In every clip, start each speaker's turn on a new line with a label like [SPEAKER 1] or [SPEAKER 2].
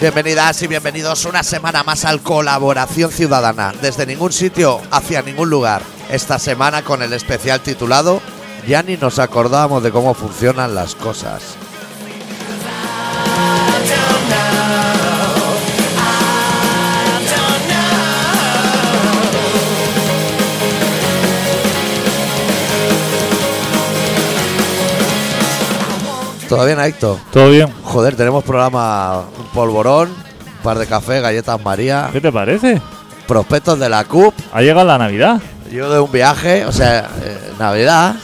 [SPEAKER 1] Bienvenidas y bienvenidos una semana más al Colaboración Ciudadana, desde ningún sitio hacia ningún lugar. Esta semana con el especial titulado Ya ni nos acordábamos de cómo funcionan las cosas. ¿Todo bien, Adicto?
[SPEAKER 2] ¿Todo bien?
[SPEAKER 1] Joder, tenemos programa un polvorón, un par de café, galletas María,
[SPEAKER 2] ¿Qué te parece?
[SPEAKER 1] prospectos de la CUP,
[SPEAKER 2] Ha llegado la Navidad.
[SPEAKER 1] yo de un viaje, o sea, eh, Navidad.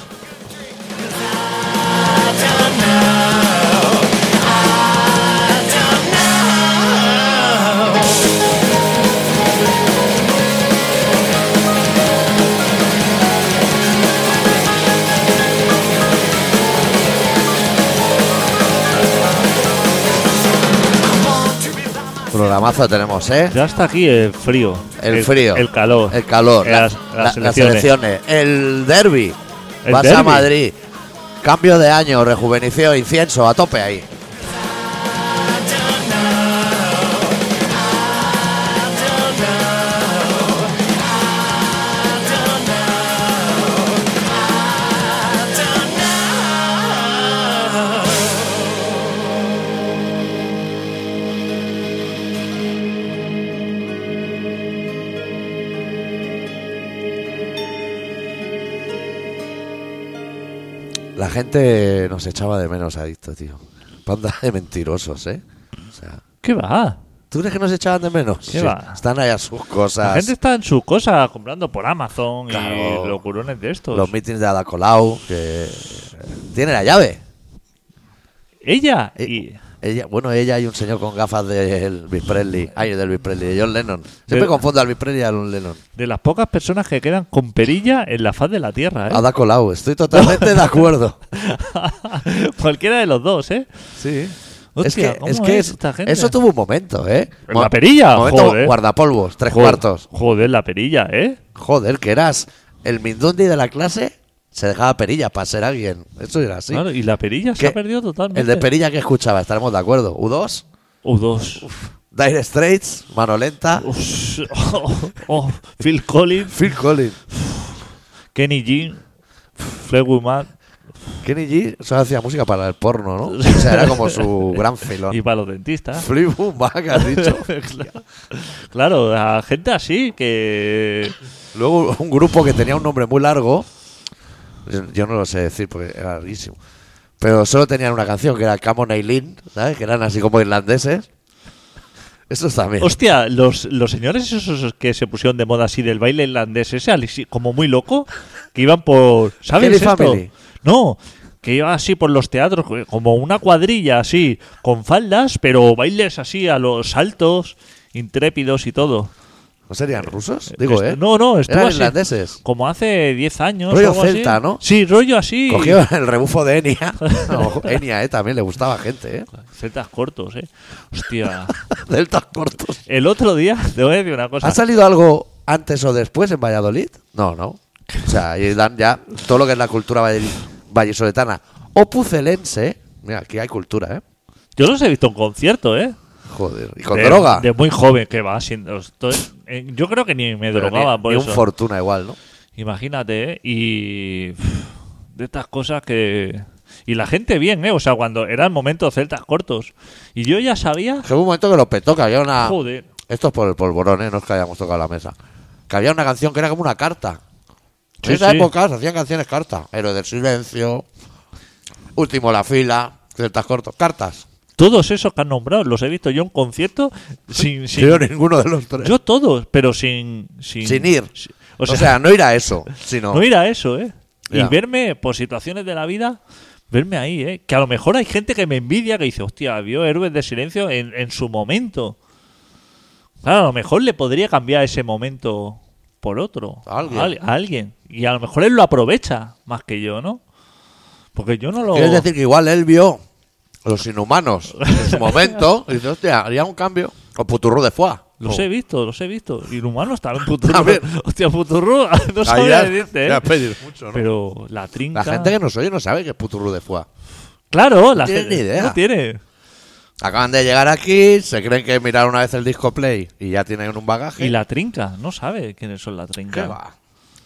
[SPEAKER 1] Programazo tenemos, ¿eh?
[SPEAKER 2] Ya está aquí el frío.
[SPEAKER 1] El frío.
[SPEAKER 2] El calor.
[SPEAKER 1] El calor,
[SPEAKER 2] Las-
[SPEAKER 1] la-
[SPEAKER 2] las
[SPEAKER 1] la- las
[SPEAKER 2] elecciones.
[SPEAKER 1] elecciones, el derby.
[SPEAKER 2] ¿El
[SPEAKER 1] Vas a
[SPEAKER 2] derbi?
[SPEAKER 1] Madrid. Cambio de año, rejuvenecido, incienso, a tope ahí. La gente nos echaba de menos adicto, tío. Panda de mentirosos, ¿eh? O sea,
[SPEAKER 2] ¿Qué va?
[SPEAKER 1] ¿Tú crees que nos echaban de menos?
[SPEAKER 2] ¿Qué va?
[SPEAKER 1] Están allá sus cosas.
[SPEAKER 2] La gente está en sus cosas comprando por Amazon
[SPEAKER 1] Claro.
[SPEAKER 2] y locurones de estos.
[SPEAKER 1] Los mítines de Ada Colau, que eh, tiene la llave.
[SPEAKER 2] Ella
[SPEAKER 1] Eh,
[SPEAKER 2] y
[SPEAKER 1] Ella, bueno, ella y un señor con gafas de Elvis Presley. Ay, de Elvis Presley, de John Lennon. Siempre
[SPEAKER 2] Pero-
[SPEAKER 1] confundo a Elvis Presley y a John Lennon.
[SPEAKER 2] de las pocas personas que quedan con perilla en la faz de la tierra, ¿eh?
[SPEAKER 1] Ada Colau, estoy totalmente de acuerdo.
[SPEAKER 2] Cualquiera de los dos, ¿eh?
[SPEAKER 1] Sí.
[SPEAKER 2] Hostia,
[SPEAKER 1] es que,
[SPEAKER 2] ¿cómo
[SPEAKER 1] es que
[SPEAKER 2] es esta gente?
[SPEAKER 1] eso tuvo un momento, ¿eh?
[SPEAKER 2] ¿En
[SPEAKER 1] Mo-
[SPEAKER 2] la perilla?
[SPEAKER 1] Momento
[SPEAKER 2] Joder.
[SPEAKER 1] guardapolvos, tres
[SPEAKER 2] Joder,
[SPEAKER 1] cuartos.
[SPEAKER 2] Joder, la perilla, ¿eh?
[SPEAKER 1] Joder, que eras el mindundi de la clase, se dejaba perilla para ser alguien. Eso era así.
[SPEAKER 2] Claro, y la perilla se
[SPEAKER 1] Que-
[SPEAKER 2] ha perdido totalmente. Oh,
[SPEAKER 1] El de perilla que escuchaba, estaremos de acuerdo. U2,
[SPEAKER 2] U2.
[SPEAKER 1] Dire Straits, Mano Lenta,
[SPEAKER 2] Uf, oh, oh, Phil Collins,
[SPEAKER 1] Phil Collins,
[SPEAKER 2] Kenny G, Fleetwood Mac
[SPEAKER 1] Kenny G, solo hacía música para el porno, ¿no? O sea, era como su gran
[SPEAKER 2] y
[SPEAKER 1] filón.
[SPEAKER 2] para los dentistas.
[SPEAKER 1] Fleetwood Mac, has dicho.
[SPEAKER 2] Claro. claro, a gente así que.
[SPEAKER 1] Luego un grupo que tenía un nombre muy largo, yo, yo no lo sé decir porque era larguísimo, pero solo tenían una canción que era Camon Eileen, ¿sabes? Que eran así como irlandeses. Estos también.
[SPEAKER 2] Hostia, los, los señores esos que se pusieron de moda así del baile irlandés, ese así como muy loco, que iban por. ¿Sabes
[SPEAKER 1] Kelly
[SPEAKER 2] esto?
[SPEAKER 1] Family.
[SPEAKER 2] No, que iban así por los teatros, como una cuadrilla así, con faldas, pero bailes así a los saltos, intrépidos y todo.
[SPEAKER 1] ¿No serían rusos? Digo,
[SPEAKER 2] Estu-
[SPEAKER 1] ¿eh?
[SPEAKER 2] este, No, no, estuvo
[SPEAKER 1] Eran
[SPEAKER 2] así,
[SPEAKER 1] irlandeses.
[SPEAKER 2] Como hace 10 años.
[SPEAKER 1] Rollo
[SPEAKER 2] o algo así.
[SPEAKER 1] celta, ¿no?
[SPEAKER 2] Sí, rollo así.
[SPEAKER 1] Cogió el rebufo de Enia. No, Enia, ¿eh? También le gustaba a gente, ¿eh?
[SPEAKER 2] Celtas cortos, ¿eh? Hostia.
[SPEAKER 1] Deltas cortos.
[SPEAKER 2] El otro día, te voy a decir una cosa.
[SPEAKER 1] ¿Ha salido algo antes o después en Valladolid? No, no. O sea, ahí dan ya todo lo que es la cultura valle- vallisoletana o pucelense. Mira, aquí hay cultura, ¿eh?
[SPEAKER 2] Yo los he visto en concierto, ¿eh?
[SPEAKER 1] Joder, y con
[SPEAKER 2] De-
[SPEAKER 1] droga.
[SPEAKER 2] De muy joven que va siendo. esto es- eh, Yo creo que ni me
[SPEAKER 1] Pero ni-
[SPEAKER 2] drogaba por
[SPEAKER 1] ni
[SPEAKER 2] eso.
[SPEAKER 1] un fortuna igual, ¿no?
[SPEAKER 2] Imagínate, ¿eh? Y. pff, De estas cosas que. Y la gente bien, ¿eh? O sea, cuando eran momentos celtas cortos. Y yo ya sabía.
[SPEAKER 1] Que hubo un momento que lo petó, que había una.
[SPEAKER 2] Joder.
[SPEAKER 1] Esto es por el polvorón, ¿eh? No es que hayamos tocado la mesa. Que había una canción que era como una carta.
[SPEAKER 2] Sí,
[SPEAKER 1] en esa
[SPEAKER 2] sí.
[SPEAKER 1] época se hacían canciones carta. Héroe del silencio. Último la fila. Ciertas cortos. Cartas.
[SPEAKER 2] Todos esos que han nombrado los he visto yo en concierto sin. sin
[SPEAKER 1] Creo ninguno de los tres.
[SPEAKER 2] Yo todos, pero sin. Sin,
[SPEAKER 1] Sin ir.
[SPEAKER 2] si-
[SPEAKER 1] o, sea, no ir a eso, sino.
[SPEAKER 2] no ir a eso, ¿eh?
[SPEAKER 1] Ya.
[SPEAKER 2] Y verme por situaciones de la vida, verme ahí, ¿eh? Que a lo mejor hay gente que me envidia, que dice, hostia, vio Héroes de Silencio en, en su momento. Claro, a lo mejor le podría cambiar ese momento por otro.
[SPEAKER 1] A alguien.
[SPEAKER 2] al- a alguien. Y a lo mejor él lo aprovecha más que yo, ¿no? Porque yo no lo...
[SPEAKER 1] Quiero decir que igual él vio los inhumanos en su momento. Y dice, hostia, haría un cambio. O puturro de foie.
[SPEAKER 2] Los
[SPEAKER 1] O-
[SPEAKER 2] he visto, los he visto. Y humanos también, puturro.
[SPEAKER 1] A ver.
[SPEAKER 2] Hostia, puturro, no
[SPEAKER 1] Ahí
[SPEAKER 2] sabía
[SPEAKER 1] ya-
[SPEAKER 2] decirte, ¿eh?
[SPEAKER 1] ya pedir mucho, ¿no?
[SPEAKER 2] Pero la trinca...
[SPEAKER 1] La gente que nos oye no sabe que es puturro de foie.
[SPEAKER 2] Claro, la
[SPEAKER 1] tiene
[SPEAKER 2] gente
[SPEAKER 1] ni idea.
[SPEAKER 2] no tiene.
[SPEAKER 1] Acaban de llegar aquí, se creen que miraron una vez el disco play y ya tienen un bagaje.
[SPEAKER 2] Y la trinca, no sabe quiénes son la trinca.
[SPEAKER 1] ¿Qué va?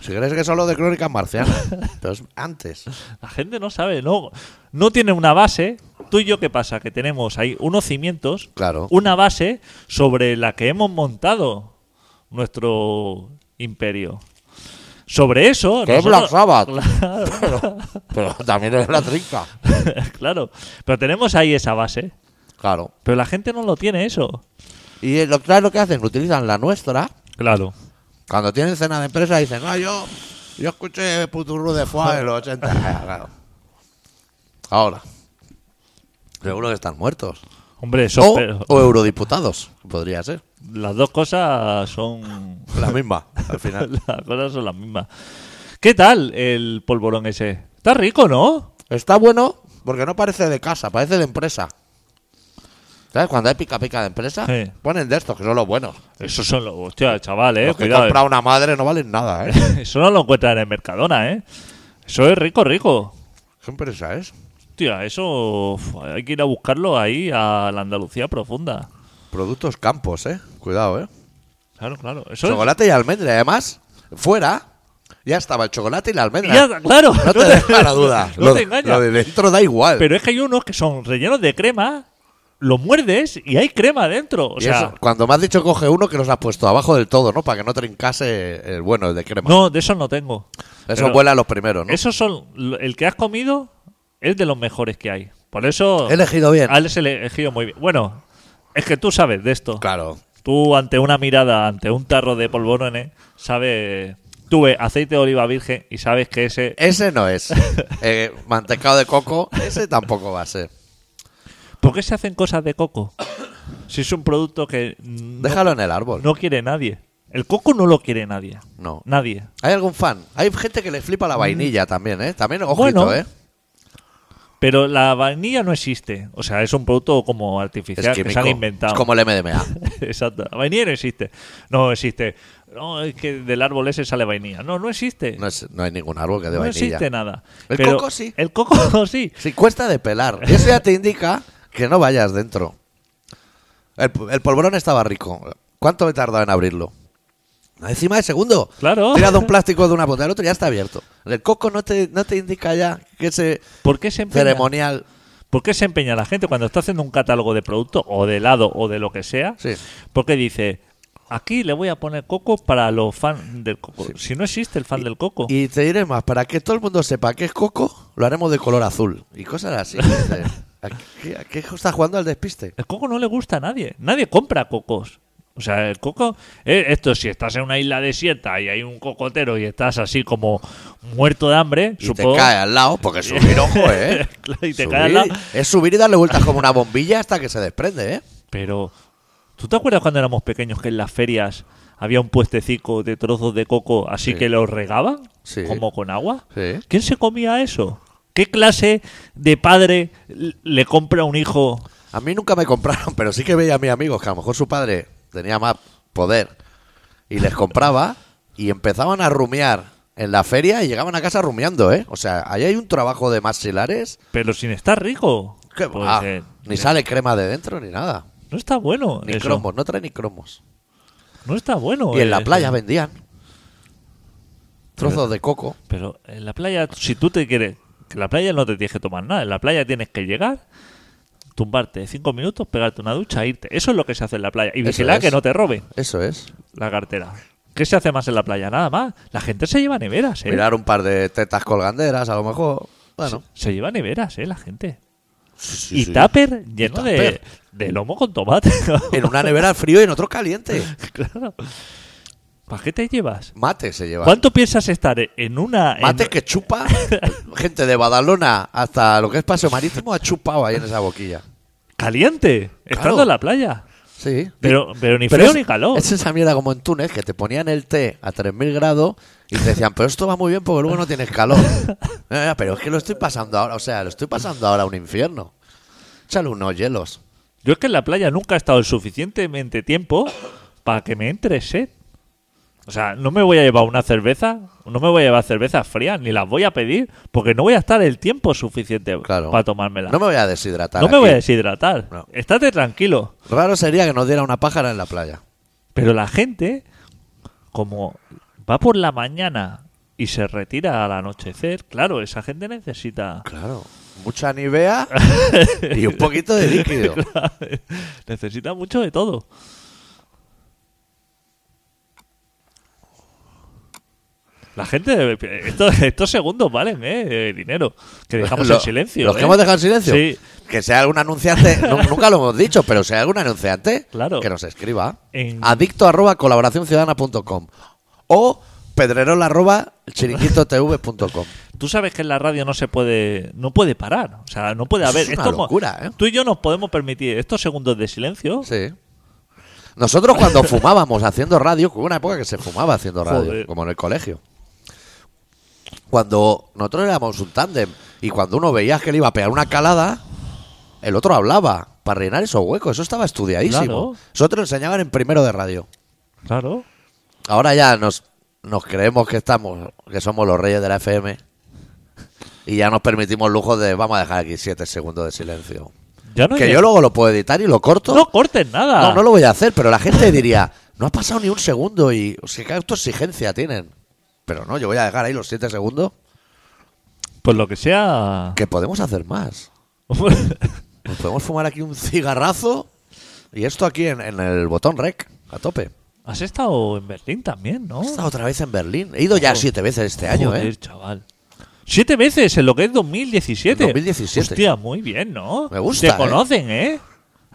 [SPEAKER 1] Si crees que son los de Crónicas Marcianas. Pero es antes.
[SPEAKER 2] La gente no sabe, no, no tiene una base. Tú y yo, ¿qué pasa? Que tenemos ahí unos cimientos,
[SPEAKER 1] Claro.
[SPEAKER 2] una base sobre la que hemos montado nuestro imperio. Sobre eso.
[SPEAKER 1] Que es
[SPEAKER 2] nosotros-
[SPEAKER 1] Black
[SPEAKER 2] Claro,
[SPEAKER 1] Pero, pero también es la trinca.
[SPEAKER 2] claro. Pero tenemos ahí esa base.
[SPEAKER 1] Claro.
[SPEAKER 2] Pero la gente no lo tiene eso.
[SPEAKER 1] Y eh, lo, ¿sabes lo que hacen? Utilizan la nuestra.
[SPEAKER 2] Claro.
[SPEAKER 1] Cuando tienen cena de empresa dicen, no, yo, yo escuché Puturru de Fuá en los 80. Claro. Ahora. Seguro que están muertos.
[SPEAKER 2] Hombre, eso,
[SPEAKER 1] O,
[SPEAKER 2] pero-
[SPEAKER 1] o eurodiputados. Podría ser.
[SPEAKER 2] las dos cosas son.
[SPEAKER 1] La misma, al final.
[SPEAKER 2] las cosas son las mismas. ¿Qué tal el polvorón ese? Está rico, ¿no?
[SPEAKER 1] Está bueno porque no parece de casa, parece de empresa. ¿Sabes? Cuando hay pica pica de empresa,
[SPEAKER 2] Sí.
[SPEAKER 1] ponen de estos, que son los buenos.
[SPEAKER 2] Esos son los. Hostia, chaval, eh.
[SPEAKER 1] los que
[SPEAKER 2] cuidado, eh.
[SPEAKER 1] compra una madre no valen nada, ¿eh?
[SPEAKER 2] Eso no lo encuentran en el Mercadona, ¿eh? Eso es rico, rico.
[SPEAKER 1] ¿Qué empresa es?
[SPEAKER 2] Tía, eso uf, hay que ir a buscarlo ahí a la Andalucía profunda.
[SPEAKER 1] Productos Campos, ¿eh? Cuidado, ¿eh?
[SPEAKER 2] Claro, claro. Eso es-
[SPEAKER 1] Chocolate y almendra, y además, fuera ya estaba el chocolate y la almendra.
[SPEAKER 2] Ya, claro.
[SPEAKER 1] No te
[SPEAKER 2] no te-
[SPEAKER 1] deja la duda.
[SPEAKER 2] no
[SPEAKER 1] lo,
[SPEAKER 2] te engañas.
[SPEAKER 1] lo de dentro da igual.
[SPEAKER 2] Pero es que hay unos que son rellenos de crema, los muerdes y hay crema dentro. O
[SPEAKER 1] Y
[SPEAKER 2] sea,
[SPEAKER 1] eso, cuando me has dicho coge uno que los has puesto abajo del todo, ¿no? Para que no trincase el bueno, el de crema.
[SPEAKER 2] no, de esos no tengo.
[SPEAKER 1] Eso
[SPEAKER 2] Pero
[SPEAKER 1] vuela a los primeros, ¿no?
[SPEAKER 2] Esos son. El que has comido es de los mejores que hay. Por eso.
[SPEAKER 1] He elegido bien.
[SPEAKER 2] Alex ha elegido muy bien. Bueno, es que tú sabes de esto.
[SPEAKER 1] Claro.
[SPEAKER 2] Tú ante una mirada, ante un tarro de polvorones, sabes, tuve aceite de oliva virgen y sabes que ese...
[SPEAKER 1] Ese no es. Eh, mantecado de coco, ese tampoco va a ser.
[SPEAKER 2] ¿Por qué se hacen cosas de coco? Si es un producto que no,
[SPEAKER 1] Déjalo en el árbol.
[SPEAKER 2] no quiere nadie. El coco no lo quiere nadie.
[SPEAKER 1] No.
[SPEAKER 2] Nadie.
[SPEAKER 1] Hay algún fan. Hay gente que le flipa la vainilla también, ¿eh? También, ojito,
[SPEAKER 2] Mm. Bueno,
[SPEAKER 1] ¿eh?
[SPEAKER 2] Pero la vainilla no existe. O sea, es un producto como artificial que se han inventado.
[SPEAKER 1] Es como el MDMA.
[SPEAKER 2] Exacto. La vainilla no existe. No existe. No, es que del árbol ese sale vainilla. No, no existe.
[SPEAKER 1] No, es- no hay ningún árbol que de
[SPEAKER 2] No
[SPEAKER 1] vainilla.
[SPEAKER 2] existe nada.
[SPEAKER 1] El
[SPEAKER 2] Pero-
[SPEAKER 1] coco sí.
[SPEAKER 2] El coco sí.
[SPEAKER 1] Si cuesta de pelar. Eso ya te indica que no vayas dentro. El, po- el polvorón estaba rico. ¿Cuánto me he tardado en abrirlo? Encima de segundo.
[SPEAKER 2] Claro.
[SPEAKER 1] Tirado un plástico de una punta al otro ya está abierto. El coco no te, no te indica ya que ese
[SPEAKER 2] ¿Por qué se empeña?
[SPEAKER 1] ceremonial.
[SPEAKER 2] ¿Por qué se empeña la gente cuando está haciendo un catálogo de producto o de helado o de lo que sea?
[SPEAKER 1] Sí.
[SPEAKER 2] Porque dice, aquí le voy a poner coco para los fans del coco. Si no existe el fan del coco.
[SPEAKER 1] Y te diré más, para que todo el mundo sepa que es coco, lo haremos de color azul. Y cosas así. Dices, ¿A qué, a qué está jugando al despiste?
[SPEAKER 2] El coco no le gusta a nadie. Nadie compra cocos. O sea, el coco, eh, esto si estás en una isla desierta y hay un cocotero y estás así como muerto de hambre,
[SPEAKER 1] Y
[SPEAKER 2] supongo.
[SPEAKER 1] te cae al lado, porque subir, ojo, ¿eh?
[SPEAKER 2] Claro, y te
[SPEAKER 1] Subir-
[SPEAKER 2] cae al lado.
[SPEAKER 1] Es subir y darle vueltas como una bombilla hasta que se desprende, ¿eh?
[SPEAKER 2] Pero, ¿tú te acuerdas cuando éramos pequeños que en las ferias había un puestecico de trozos de coco así
[SPEAKER 1] Sí.
[SPEAKER 2] que los regaban?
[SPEAKER 1] Sí.
[SPEAKER 2] Como con agua.
[SPEAKER 1] Sí.
[SPEAKER 2] ¿Quién se comía eso? ¿Qué clase de padre l- le compra a un hijo?
[SPEAKER 1] A mí nunca me compraron, pero sí que veía a mis amigos que a lo mejor su padre tenía más poder y les compraba y empezaban a rumiar en la feria y llegaban a casa rumiando, ¿eh? O sea, ahí hay un trabajo de maxilares
[SPEAKER 2] Pero sin estar rico.
[SPEAKER 1] que
[SPEAKER 2] Pues,
[SPEAKER 1] va,
[SPEAKER 2] eh,
[SPEAKER 1] ni sale crema de dentro ni nada.
[SPEAKER 2] No está bueno.
[SPEAKER 1] Ni
[SPEAKER 2] eso.
[SPEAKER 1] cromos, no trae ni cromos.
[SPEAKER 2] No está bueno. eh,
[SPEAKER 1] Y en la
[SPEAKER 2] eso.
[SPEAKER 1] playa vendían trozos de coco.
[SPEAKER 2] Pero en la playa, si tú te quieres. Que en la playa no te tienes que tomar nada. En la playa tienes que llegar, tumbarte cinco minutos, pegarte una ducha e irte. Eso es lo que se hace en la playa. Y
[SPEAKER 1] Eso
[SPEAKER 2] vigilar
[SPEAKER 1] es.
[SPEAKER 2] que no te roben.
[SPEAKER 1] Eso es.
[SPEAKER 2] la cartera. ¿Qué se hace más en la playa? Nada más. La gente se lleva neveras, ¿eh?
[SPEAKER 1] Mirar un par de tetas colganderas, a lo mejor.
[SPEAKER 2] se,
[SPEAKER 1] Bueno.
[SPEAKER 2] se lleva neveras, ¿eh? La gente.
[SPEAKER 1] Sí, sí,
[SPEAKER 2] y
[SPEAKER 1] sí.
[SPEAKER 2] tupper lleno
[SPEAKER 1] Y
[SPEAKER 2] de,
[SPEAKER 1] tupper.
[SPEAKER 2] de lomo con tomate.
[SPEAKER 1] En una nevera frío y en otro caliente.
[SPEAKER 2] claro. ¿Para qué te llevas?
[SPEAKER 1] Mate se lleva.
[SPEAKER 2] ¿Cuánto piensas estar en una... en-
[SPEAKER 1] Mate que chupa. Gente de Badalona hasta lo que es Paseo Marítimo ha chupado ahí en esa boquilla.
[SPEAKER 2] Caliente, estando
[SPEAKER 1] Claro.
[SPEAKER 2] en la playa.
[SPEAKER 1] Sí.
[SPEAKER 2] Pero, pero ni
[SPEAKER 1] Pero
[SPEAKER 2] frío
[SPEAKER 1] es-
[SPEAKER 2] ni calor.
[SPEAKER 1] Es esa mierda como en Túnez, que te ponían el té a 3.000 grados y te decían, pero esto va muy bien porque luego no tienes calor. No, no, pero es que lo estoy pasando ahora, o sea, lo estoy pasando ahora a un infierno. Échale unos hielos.
[SPEAKER 2] Yo es que en la playa nunca he estado el suficientemente tiempo para que me entre sed. O sea, no me voy a llevar una cerveza, no me voy a llevar cervezas frías, ni las voy a pedir, porque no voy a estar el tiempo suficiente
[SPEAKER 1] Claro.
[SPEAKER 2] para tomármelas.
[SPEAKER 1] No me voy a deshidratar.
[SPEAKER 2] No me
[SPEAKER 1] aquí.
[SPEAKER 2] voy a deshidratar.
[SPEAKER 1] No.
[SPEAKER 2] Estate tranquilo.
[SPEAKER 1] Raro sería que nos diera una pájara en la playa.
[SPEAKER 2] Pero la gente, como va por la mañana y se retira al anochecer, claro, esa gente necesita.
[SPEAKER 1] Claro. Mucha nivea y un poquito de líquido.
[SPEAKER 2] necesita mucho de todo. La gente. debe- esto- estos segundos valen, ¿eh? Eh, Dinero. Que dejamos
[SPEAKER 1] Lo-
[SPEAKER 2] en silencio.
[SPEAKER 1] ¿Los
[SPEAKER 2] ¿eh?
[SPEAKER 1] que hemos dejado en silencio?
[SPEAKER 2] Sí.
[SPEAKER 1] Que sea algún anunciante, nu- nunca lo hemos dicho, pero sea algún anunciante
[SPEAKER 2] Claro.
[SPEAKER 1] que nos escriba.
[SPEAKER 2] En-
[SPEAKER 1] Adicto arroba colaboracionciudadana.com o pedrerol arroba chiringuitotv.com.
[SPEAKER 2] Tú sabes que en la radio no se puede, no puede parar. O sea, no puede
[SPEAKER 1] Eso
[SPEAKER 2] haber.
[SPEAKER 1] es
[SPEAKER 2] esto
[SPEAKER 1] una
[SPEAKER 2] mo-
[SPEAKER 1] locura, ¿eh?
[SPEAKER 2] Tú y yo nos podemos permitir estos segundos de silencio.
[SPEAKER 1] Sí. Nosotros cuando fumábamos haciendo radio, hubo una época que se fumaba haciendo radio,
[SPEAKER 2] Joder.
[SPEAKER 1] como en el colegio. Cuando nosotros éramos un tándem y cuando uno veía que le iba a pegar una calada, el otro hablaba para rellenar esos huecos. Eso estaba estudiadísimo.
[SPEAKER 2] Claro.
[SPEAKER 1] Eso te lo enseñaban en primero de radio.
[SPEAKER 2] Claro.
[SPEAKER 1] Ahora ya nos, nos creemos que estamos, que somos los reyes de la FM y ya nos permitimos lujos de vamos a dejar aquí siete segundos de silencio.
[SPEAKER 2] Ya no hay-
[SPEAKER 1] que yo luego lo puedo editar y lo corto.
[SPEAKER 2] No cortes nada.
[SPEAKER 1] No, no lo voy a hacer, pero la gente diría, no ha pasado ni un segundo y o sea, qué autoexigencia tienen. Pero no, yo voy a dejar ahí los siete segundos,
[SPEAKER 2] Pues lo que sea.
[SPEAKER 1] que podemos hacer más. Nos podemos fumar aquí un cigarrazo y esto aquí en, en el botón rec, a tope.
[SPEAKER 2] Has estado en Berlín también, ¿no?
[SPEAKER 1] He estado otra vez en Berlín. He ido ya
[SPEAKER 2] Joder.
[SPEAKER 1] siete veces este año,
[SPEAKER 2] Oh. Joder,
[SPEAKER 1] ¿eh?
[SPEAKER 2] chaval. Siete veces en lo que es 2017.
[SPEAKER 1] 2017.
[SPEAKER 2] Hostia, muy bien, ¿no?
[SPEAKER 1] Me gusta,
[SPEAKER 2] Te conocen, ¿eh?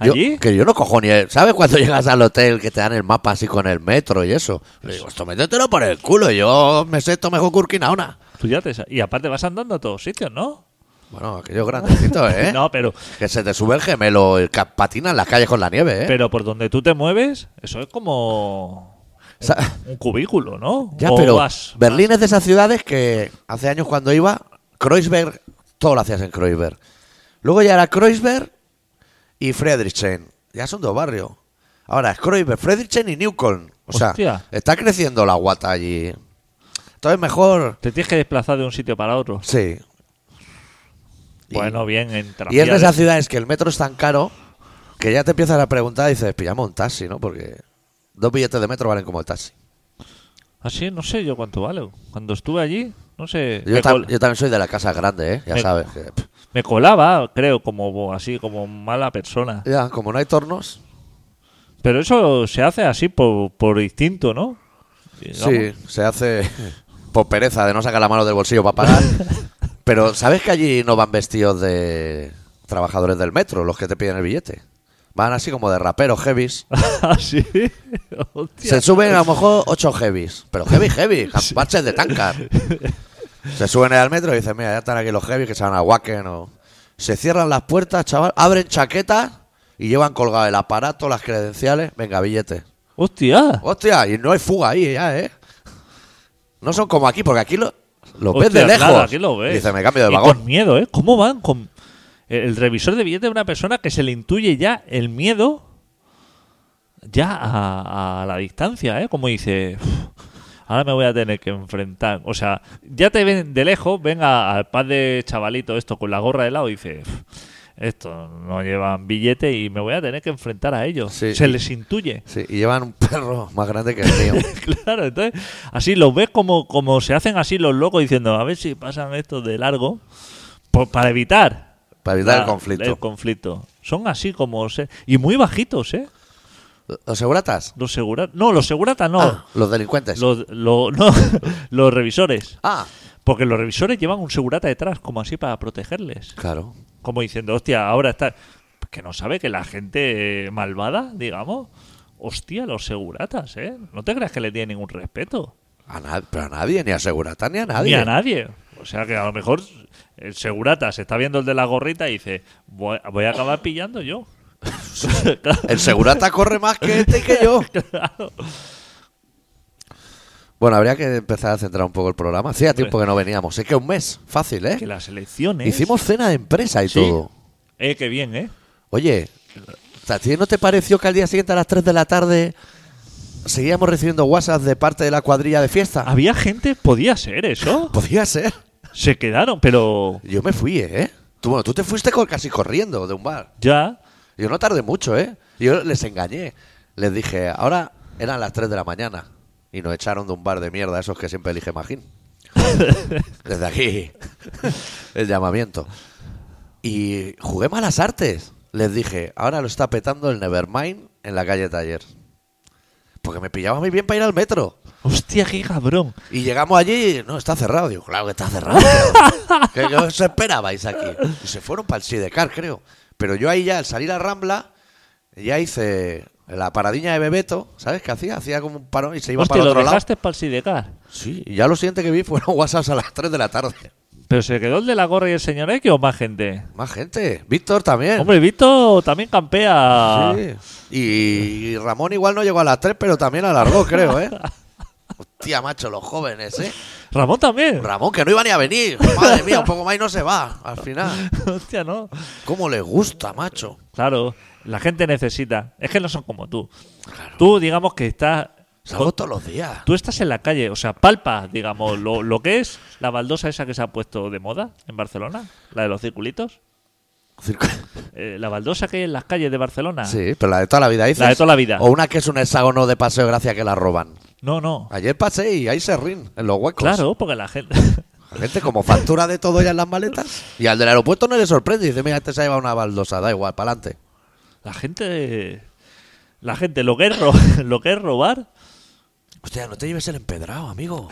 [SPEAKER 1] Yo-
[SPEAKER 2] Allí.
[SPEAKER 1] que yo no cojo ni el- ¿Sabes cuando llegas al hotel que te dan el mapa así con el metro y eso? Le digo, esto métetelo por el culo, yo me sé esto mejor que Urquinaona.
[SPEAKER 2] Tú ya te sa- Y aparte vas andando a todos sitios, ¿no?
[SPEAKER 1] Bueno, aquello es grandecito, ¿eh?
[SPEAKER 2] No, pero,
[SPEAKER 1] Que se te sube el gemelo, el que patina en las calles con la nieve, ¿eh?
[SPEAKER 2] pero por donde tú te mueves, eso es como
[SPEAKER 1] O sea,
[SPEAKER 2] un cubículo, ¿no?
[SPEAKER 1] ya,
[SPEAKER 2] O
[SPEAKER 1] pero
[SPEAKER 2] vas-
[SPEAKER 1] Berlín es de esas ciudades que hace años cuando iba, Kreuzberg, todo lo hacías en Kreuzberg. Luego ya era Kreuzberg y Friedrichshain. Ya son dos barrios. Ahora es Kreuzberg, Friedrichshain y Newcomb. O sea,
[SPEAKER 2] Hostia.
[SPEAKER 1] está creciendo la guata allí. Entonces mejor,
[SPEAKER 2] Te tienes que desplazar de un sitio para otro.
[SPEAKER 1] sí. Y-
[SPEAKER 2] Bueno, bien, entra.
[SPEAKER 1] Y es de esas ciudades que el metro es tan caro que ya te empiezas a preguntar y dices, pillamos un taxi, ¿no? Porque dos billetes de metro valen como el taxi.
[SPEAKER 2] Así, Ah, no sé yo cuánto vale. Cuando estuve allí, no sé.
[SPEAKER 1] Yo,
[SPEAKER 2] me
[SPEAKER 1] tam-
[SPEAKER 2] col-
[SPEAKER 1] yo también soy de la casa grande, ¿eh? Ya
[SPEAKER 2] Me-
[SPEAKER 1] sabes. que, pff,
[SPEAKER 2] Me colaba, creo, como bo- así, como mala persona.
[SPEAKER 1] ya, como no hay tornos,
[SPEAKER 2] Pero eso se hace así por, por instinto, ¿no?
[SPEAKER 1] sí, se hace por pereza de no sacar la mano del bolsillo para pagar. Pero ¿sabes que allí no van vestidos de trabajadores del metro, los que te piden el billete? Van así como de raperos heavies.
[SPEAKER 2] Así. Ah, Hostia.
[SPEAKER 1] Se suben a lo mejor ocho heavies, pero heavy, heavy, con parches de tancar. Se suben al metro y dicen, mira, ya están aquí los heavies que se van a Wacken o... Se cierran las puertas, chaval, abren chaquetas y llevan colgado el aparato, las credenciales, venga, billete.
[SPEAKER 2] Hostia.
[SPEAKER 1] Hostia, y no hay fuga ahí ya, ¿eh? No son como aquí, porque aquí lo, lo ves
[SPEAKER 2] Hostia,
[SPEAKER 1] de lejos.
[SPEAKER 2] claro, aquí lo ves.
[SPEAKER 1] Y Dice, me cambio de
[SPEAKER 2] Y
[SPEAKER 1] vagón.
[SPEAKER 2] con miedo, ¿eh? ¿Cómo van? Con el el revisor de billete de una persona que se le intuye ya el miedo ya a, a la distancia, ¿eh? Como dice, "Uf, ahora me voy a tener que enfrentar. O sea, ya te ven de lejos, ven a- al par de chavalito esto con la gorra de lado y dice, "Uf, esto no llevan billete y me voy a tener que enfrentar a ellos.
[SPEAKER 1] Sí.
[SPEAKER 2] Se les intuye.
[SPEAKER 1] Sí, y llevan un perro más grande que el mío.
[SPEAKER 2] Claro, entonces, así los ves como, como se hacen así los locos diciendo, a ver si pasan esto de largo, por- para evitar.
[SPEAKER 1] Para evitar
[SPEAKER 2] la-
[SPEAKER 1] el conflicto.
[SPEAKER 2] el conflicto. Son así como... se- y muy bajitos, ¿eh?
[SPEAKER 1] ¿Los seguratas?
[SPEAKER 2] Los seguratas... No, los seguratas no.
[SPEAKER 1] Ah, los delincuentes.
[SPEAKER 2] Los, lo- no, los revisores.
[SPEAKER 1] Ah,
[SPEAKER 2] Porque los revisores llevan un segurata detrás, como así, para protegerles.
[SPEAKER 1] claro.
[SPEAKER 2] Como diciendo, hostia, ahora está... Que no sabe que la gente eh, malvada, digamos... Hostia, los seguratas, ¿eh? No te creas que le tienen ningún respeto.
[SPEAKER 1] A na- pero a nadie, ni a segurata, ni a nadie.
[SPEAKER 2] Ni a nadie. O sea que a lo mejor el segurata se está viendo el de la gorrita y dice, voy, voy a acabar pillando yo. Claro,
[SPEAKER 1] El segurata corre más que este y que yo. Bueno, habría que empezar a centrar un poco el programa. Hacía tiempo que no veníamos. Es que un mes, fácil,
[SPEAKER 2] que
[SPEAKER 1] ¿eh?
[SPEAKER 2] las elecciones...
[SPEAKER 1] Hicimos cena de empresa y
[SPEAKER 2] Sí.
[SPEAKER 1] todo.
[SPEAKER 2] Eh, qué bien, ¿eh?
[SPEAKER 1] Oye, ¿a ti no te pareció que al día siguiente a las 3 de la tarde seguíamos recibiendo WhatsApp de parte de la cuadrilla de fiesta.
[SPEAKER 2] Había gente, podía ser eso.
[SPEAKER 1] Podía ser.
[SPEAKER 2] Se quedaron, pero
[SPEAKER 1] Yo me fui, ¿eh? Tú, bueno, tú te fuiste co- casi corriendo de un bar.
[SPEAKER 2] ya.
[SPEAKER 1] Yo no tardé mucho, ¿eh? Yo les engañé. Les dije, ahora eran las 3 de la mañana. Y nos echaron de un bar de mierda, esos que siempre elige Magín. Desde aquí, el llamamiento. Y jugué malas artes. Les dije, ahora lo está petando el Nevermind en la calle Taller. Porque me pillaba muy bien para ir al metro.
[SPEAKER 2] Hostia, qué cabrón.
[SPEAKER 1] Y llegamos allí, y, no, está cerrado. Digo, claro que está cerrado. cabrón. ¿Qué, qué os esperabais aquí? Y se fueron para el Sidecar, creo. Pero yo ahí ya, al salir a Rambla, ya hice la paradiña de Bebeto, ¿sabes qué hacía? Hacía como un parón y se iba
[SPEAKER 2] Hostia,
[SPEAKER 1] para el
[SPEAKER 2] lo
[SPEAKER 1] otro lado.
[SPEAKER 2] dejaste para el Sidecar.
[SPEAKER 1] Sí, y ya lo siguiente que vi fueron WhatsApps a las 3 de la tarde.
[SPEAKER 2] ¿Pero se quedó el de la gorra y el señor X o más gente?
[SPEAKER 1] Más gente. Víctor también.
[SPEAKER 2] Hombre, ah. Vito también campea.
[SPEAKER 1] Eh. Sí. Y, y Ramón igual no llegó a las 3, pero también alargó, creo, ¿eh? Hostia, macho, los jóvenes, ¿eh?
[SPEAKER 2] Ramón también.
[SPEAKER 1] Ramón, que no iba ni a venir. Madre mía, un poco más y no se va, al final.
[SPEAKER 2] Hostia, no.
[SPEAKER 1] ¿Cómo le gusta, macho?
[SPEAKER 2] Claro, la gente necesita. Es que no son como tú. Tú, digamos que estás.
[SPEAKER 1] Salgo todos los días.
[SPEAKER 2] Tú estás en la calle, o sea, palpa, digamos, lo, lo que es la baldosa esa que se ha puesto de moda en Barcelona, la de los circulitos. Eh, la baldosa que hay en las calles de Barcelona.
[SPEAKER 1] Sí, pero la de toda la vida dices.
[SPEAKER 2] La de toda la vida.
[SPEAKER 1] O una que es un hexágono de paseo gracia que la roban.
[SPEAKER 2] No, no.
[SPEAKER 1] Ayer pasé y ahí se rin, en los huecos.
[SPEAKER 2] Claro, porque la gente.
[SPEAKER 1] La gente como factura de todo ya en las maletas. Y al del aeropuerto no le sorprende. Dice, mira, este se ha llevado una baldosa, da igual, para adelante.
[SPEAKER 2] La gente. La gente, lo que es, ro- lo que es robar,
[SPEAKER 1] Hostia, no te lleves el empedrado, amigo.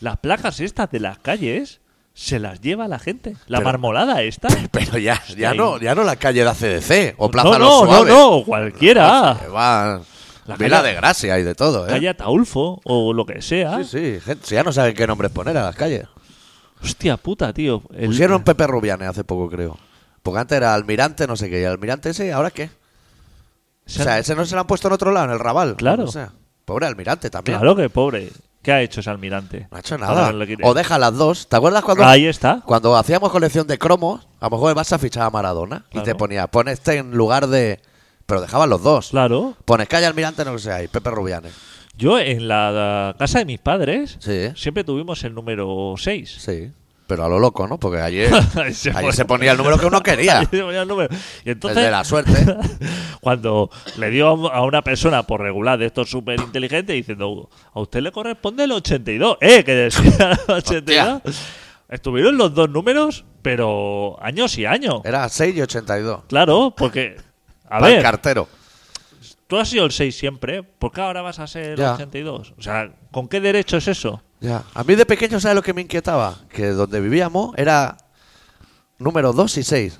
[SPEAKER 2] las placas estas de las calles se las lleva la gente. La
[SPEAKER 1] Pero-
[SPEAKER 2] marmolada esta.
[SPEAKER 1] Pero ya, ya
[SPEAKER 2] ahí-
[SPEAKER 1] no, ya no la calle de ACDC o Plaza
[SPEAKER 2] no,
[SPEAKER 1] Los
[SPEAKER 2] no, no,
[SPEAKER 1] Suaves.
[SPEAKER 2] no, cualquiera.
[SPEAKER 1] Que van-
[SPEAKER 2] La
[SPEAKER 1] Vila
[SPEAKER 2] calle-
[SPEAKER 1] de gracia y de todo, ¿eh?
[SPEAKER 2] Calle Ataulfo o lo que sea.
[SPEAKER 1] Sí, sí, gente, si ya no saben qué nombres poner a las calles.
[SPEAKER 2] Hostia puta, tío. El-
[SPEAKER 1] Pusieron Pepe Rubianes hace poco, creo. Porque antes era almirante, no sé qué, y almirante ese, ¿ahora qué? O
[SPEAKER 2] se han-
[SPEAKER 1] sea, ese no se lo han puesto en otro lado, en el Raval.
[SPEAKER 2] Claro.
[SPEAKER 1] O sea, pobre almirante también.
[SPEAKER 2] Claro que pobre. ¿Qué ha hecho ese almirante?
[SPEAKER 1] No ha hecho
[SPEAKER 2] Ahora
[SPEAKER 1] nada.
[SPEAKER 2] no le quiere-
[SPEAKER 1] O deja las dos. ¿Te acuerdas cuando,
[SPEAKER 2] Ahí está.
[SPEAKER 1] cuando hacíamos colección de cromos? A lo mejor el Barça fichaba a Maradona y
[SPEAKER 2] Claro.
[SPEAKER 1] te ponía, pon este en lugar de. Pero dejaban los dos.
[SPEAKER 2] Claro.
[SPEAKER 1] Pones calle almirante, no lo sea, y Pepe Rubianes.
[SPEAKER 2] Yo en la, la casa de mis padres
[SPEAKER 1] Sí.
[SPEAKER 2] siempre tuvimos el número 6.
[SPEAKER 1] Sí. Pero a lo loco, ¿no? Porque ayer, ayer se ponía el número que uno quería.
[SPEAKER 2] Y
[SPEAKER 1] el
[SPEAKER 2] entonces,
[SPEAKER 1] de la suerte.
[SPEAKER 2] cuando le dio a una persona por regular de estos súper inteligentes diciendo, a usted le corresponde el 82, ¿eh? Que decía el 82. Estuvieron los dos números, pero años y años.
[SPEAKER 1] Era 6 y 82.
[SPEAKER 2] Claro, porque. A
[SPEAKER 1] Para el
[SPEAKER 2] ver,
[SPEAKER 1] cartero.
[SPEAKER 2] tú has sido el 6 siempre, ¿por qué ahora vas a ser el
[SPEAKER 1] Ya.
[SPEAKER 2] 82? O sea, ¿con qué derecho es eso?
[SPEAKER 1] Ya. A mí de pequeño, ¿sabes lo que me inquietaba? Que donde vivíamos era número 2 y 6.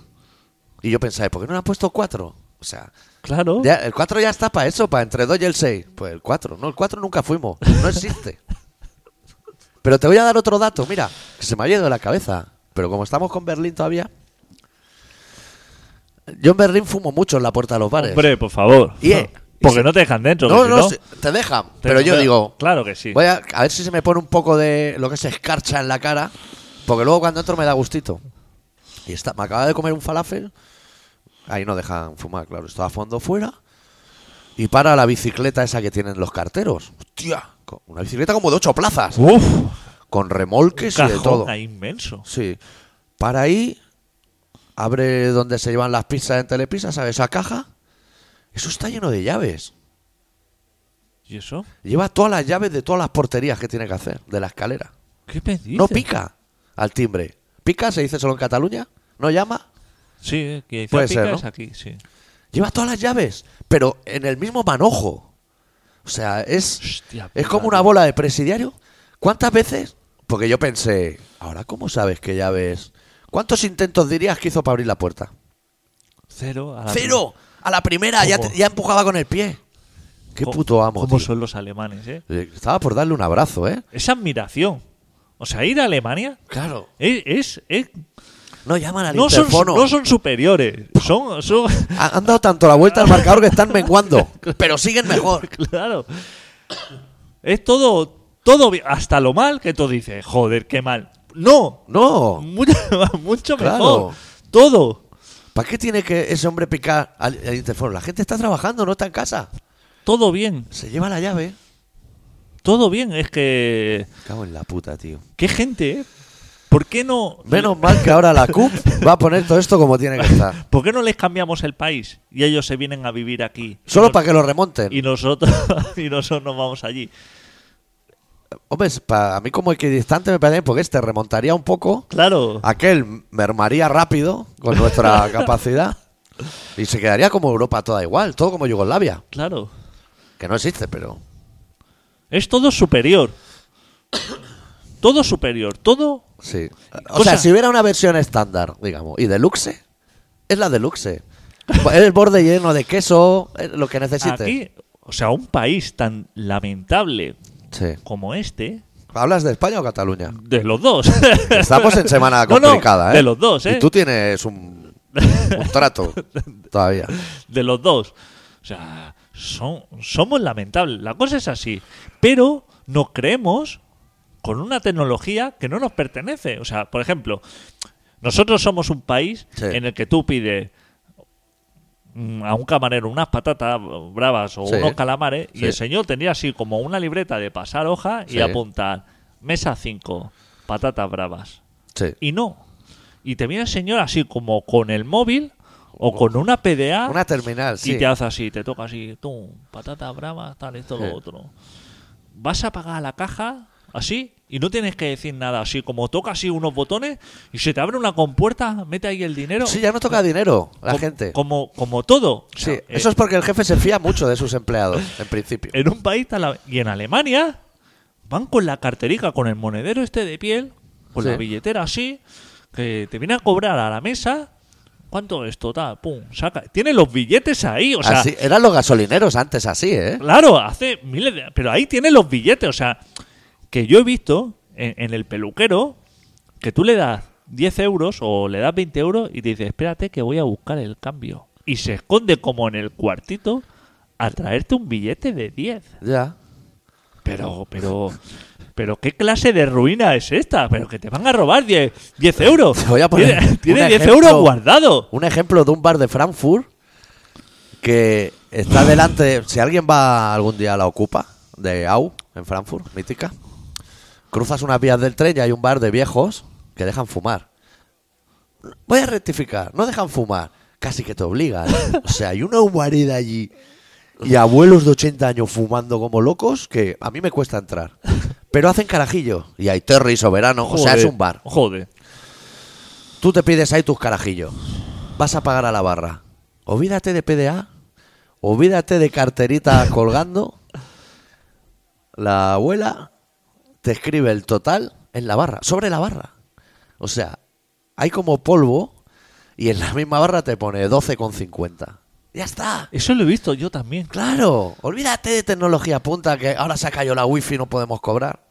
[SPEAKER 1] Y yo pensaba, ¿por qué no le han puesto 4? O sea,
[SPEAKER 2] Claro.
[SPEAKER 1] ya- el 4 ya está para eso, para entre 2 y el 6. Pues el 4, no, el 4 nunca fuimos, no existe. pero te voy a dar otro dato, mira, que se me ha ido de la cabeza. Pero como estamos con Berlín todavía, yo en Berlín fumo mucho en la puerta de los bares.
[SPEAKER 2] Hombre, por favor.
[SPEAKER 1] Y, eh,
[SPEAKER 2] Porque
[SPEAKER 1] y-
[SPEAKER 2] no te dejan dentro.
[SPEAKER 1] no,
[SPEAKER 2] que si
[SPEAKER 1] no, se- te dejan, pero yo digo,
[SPEAKER 2] Claro que sí.
[SPEAKER 1] Voy a, a ver si se me pone un poco de lo que se escarcha en la cara, porque luego cuando entro me da gustito. Y está, me acaba de comer un falafel. Ahí no dejan fumar, claro. Estaba a fondo fuera. Y para la bicicleta esa que tienen los carteros. Hostia, co- una bicicleta como de ocho plazas.
[SPEAKER 2] Uf,
[SPEAKER 1] Con remolques y de
[SPEAKER 2] cajón
[SPEAKER 1] todo.
[SPEAKER 2] ahí inmenso.
[SPEAKER 1] Sí. Para ahí, abre donde se llevan las pizzas en Telepizza, ¿sabes? Esa caja. Eso está lleno de llaves.
[SPEAKER 2] ¿Y eso?
[SPEAKER 1] Lleva todas las llaves de todas las porterías que tiene que hacer, de la escalera.
[SPEAKER 2] ¿Qué me dices?
[SPEAKER 1] No pica al timbre. ¿Pica? ¿Se dice solo en Cataluña? ¿No llama?
[SPEAKER 2] Sí, eh, que dice
[SPEAKER 1] Puede
[SPEAKER 2] pica
[SPEAKER 1] ser, ¿no?
[SPEAKER 2] es aquí, sí.
[SPEAKER 1] Lleva todas las llaves, pero en el mismo manojo. O sea, es,
[SPEAKER 2] Hostia
[SPEAKER 1] es
[SPEAKER 2] puta,
[SPEAKER 1] como una
[SPEAKER 2] tío.
[SPEAKER 1] bola de presidiario. ¿Cuántas veces? Porque yo pensé, ¿ahora cómo sabes qué llaves? ¿Cuántos intentos dirías que hizo para abrir la puerta?
[SPEAKER 2] Cero. A la
[SPEAKER 1] ¡Cero! A la primera ya,
[SPEAKER 2] Ah, ¿Cómo?
[SPEAKER 1] te- ya empujaba con el pie. ¡Qué
[SPEAKER 2] ¿Cómo-
[SPEAKER 1] puto amo!
[SPEAKER 2] ¿Cómo
[SPEAKER 1] tío.
[SPEAKER 2] son los alemanes, eh?
[SPEAKER 1] Eh, Estaba por darle un abrazo, ¿eh?
[SPEAKER 2] Es admiración. O sea, ir a Alemania
[SPEAKER 1] Claro.
[SPEAKER 2] es- es- es
[SPEAKER 1] No llaman al
[SPEAKER 2] no son,
[SPEAKER 1] interfono.
[SPEAKER 2] no son superiores. Son, son
[SPEAKER 1] Ha- Han dado tanto la vuelta al marcador que están menguando. Pero siguen mejor.
[SPEAKER 2] claro. Es todo, todo bien. hasta lo mal que tú dices, joder, qué mal. No,
[SPEAKER 1] No.
[SPEAKER 2] mucho, mucho
[SPEAKER 1] Claro.
[SPEAKER 2] mejor. Todo.
[SPEAKER 1] ¿Para qué tiene que ese hombre picar al, al interfono? La gente está trabajando, no está en casa.
[SPEAKER 2] todo bien,
[SPEAKER 1] Se lleva la llave.
[SPEAKER 2] todo bien. Es que.
[SPEAKER 1] Me Cago en la puta, tío.
[SPEAKER 2] ¡Qué gente, eh! ¿Por qué no.?
[SPEAKER 1] Menos mal que ahora la CUP va a poner todo esto como tiene que estar.
[SPEAKER 2] ¿Por qué no les cambiamos el país y ellos se vienen a vivir aquí?
[SPEAKER 1] Solo
[SPEAKER 2] Y
[SPEAKER 1] para que lo remonten.
[SPEAKER 2] y nosotros y nosotros nos vamos allí.
[SPEAKER 1] Hombre, es pa- a mí como equidistante me parece porque este remontaría un poco,
[SPEAKER 2] Claro,
[SPEAKER 1] Ah. aquel mermaría rápido con nuestra capacidad y se quedaría como Europa toda igual, todo como Yugoslavia,
[SPEAKER 2] claro.
[SPEAKER 1] que no existe, pero
[SPEAKER 2] Es todo superior. Todo superior, todo
[SPEAKER 1] sí. O
[SPEAKER 2] Cosa-
[SPEAKER 1] sea, si hubiera una versión estándar, digamos, y deluxe, es la deluxe. Es el borde lleno de queso, es lo que necesites.
[SPEAKER 2] aquí, o sea, un país tan lamentable
[SPEAKER 1] Sí.
[SPEAKER 2] como este
[SPEAKER 1] ¿Hablas de España o Cataluña?
[SPEAKER 2] de los dos.
[SPEAKER 1] Estamos en semana
[SPEAKER 2] No, no,
[SPEAKER 1] complicada, ¿eh?
[SPEAKER 2] de los dos, ¿eh?
[SPEAKER 1] Y tú tienes un, un trato todavía.
[SPEAKER 2] de los dos. O sea, son, somos lamentables. La cosa es así. Pero nos creemos con una tecnología que no nos pertenece. O sea, por ejemplo, nosotros somos un país
[SPEAKER 1] Sí.
[SPEAKER 2] en el que tú pides mm, a un camarero unas patatas bravas o
[SPEAKER 1] Sí.
[SPEAKER 2] unos calamares y
[SPEAKER 1] Sí.
[SPEAKER 2] el señor tendría así como una libreta de pasar hoja y
[SPEAKER 1] Sí.
[SPEAKER 2] apuntar mesa 5, patatas bravas.
[SPEAKER 1] Sí.
[SPEAKER 2] Y no. Y te viene el señor así como con el móvil o con una PDA
[SPEAKER 1] Una terminal, sí.
[SPEAKER 2] Ah. y te hace así, te toca así, tú, patata brava, tal, esto,
[SPEAKER 1] Sí.
[SPEAKER 2] lo otro. Vas a pagar a la caja así y no tienes que decir nada, así como toca así unos botones y se te abre una compuerta, mete ahí el dinero.
[SPEAKER 1] Sí, ya no toca dinero la
[SPEAKER 2] Co-
[SPEAKER 1] gente.
[SPEAKER 2] Como, como todo. O
[SPEAKER 1] Sí,
[SPEAKER 2] sea, eh,
[SPEAKER 1] eso es porque el jefe se fía mucho de sus empleados, en principio.
[SPEAKER 2] En un país tan la- y en Alemania van con la carterica, con el monedero este de piel, con
[SPEAKER 1] Sí.
[SPEAKER 2] la billetera así, que te viene a cobrar a la mesa. ¿Cuánto es total? Pum, saca. Tiene los billetes ahí, o sea,
[SPEAKER 1] Así- eran los gasolineros antes así, ¿eh?
[SPEAKER 2] Claro, hace miles de... Pero ahí tiene los billetes, o sea, que yo he visto en, en el peluquero que tú le das 10 euros o le das 20 euros y te dice, espérate que voy a buscar el cambio. Y se esconde como en el cuartito a traerte un billete de 10.
[SPEAKER 1] Ya.
[SPEAKER 2] Pero, pero, pero, ¿qué clase de ruina es esta? Pero que te van a robar 10, 10 euros.
[SPEAKER 1] Te voy a poner
[SPEAKER 2] Tiene,
[SPEAKER 1] un
[SPEAKER 2] tiene 10
[SPEAKER 1] ejemplo.
[SPEAKER 2] euros guardado.
[SPEAKER 1] Un ejemplo de un bar de Frankfurt que está delante. Si alguien va algún día a la Ocupa de Au, en Frankfurt, mítica, cruzas unas vías del tren y hay un bar de viejos que dejan fumar. Voy a rectificar, no dejan fumar, casi que te obligan. O sea, hay una humareda allí y abuelos de 80 años fumando como locos que a mí me cuesta entrar. Pero hacen carajillo y hay Terry soberano, o sea, es
[SPEAKER 2] Joder,
[SPEAKER 1] un bar.
[SPEAKER 2] Joder.
[SPEAKER 1] Tú te pides ahí tus carajillos. Vas a pagar a la barra. Olvídate de PDA. Olvídate de carteritas colgando. La abuela te escribe el total en la barra, sobre la barra. O sea, hay como polvo y en la misma barra te pone 12,50. Ya está.
[SPEAKER 2] Eso lo he visto yo también.
[SPEAKER 1] Claro, olvídate de tecnología punta que ahora se ha caído la wifi y no podemos cobrar.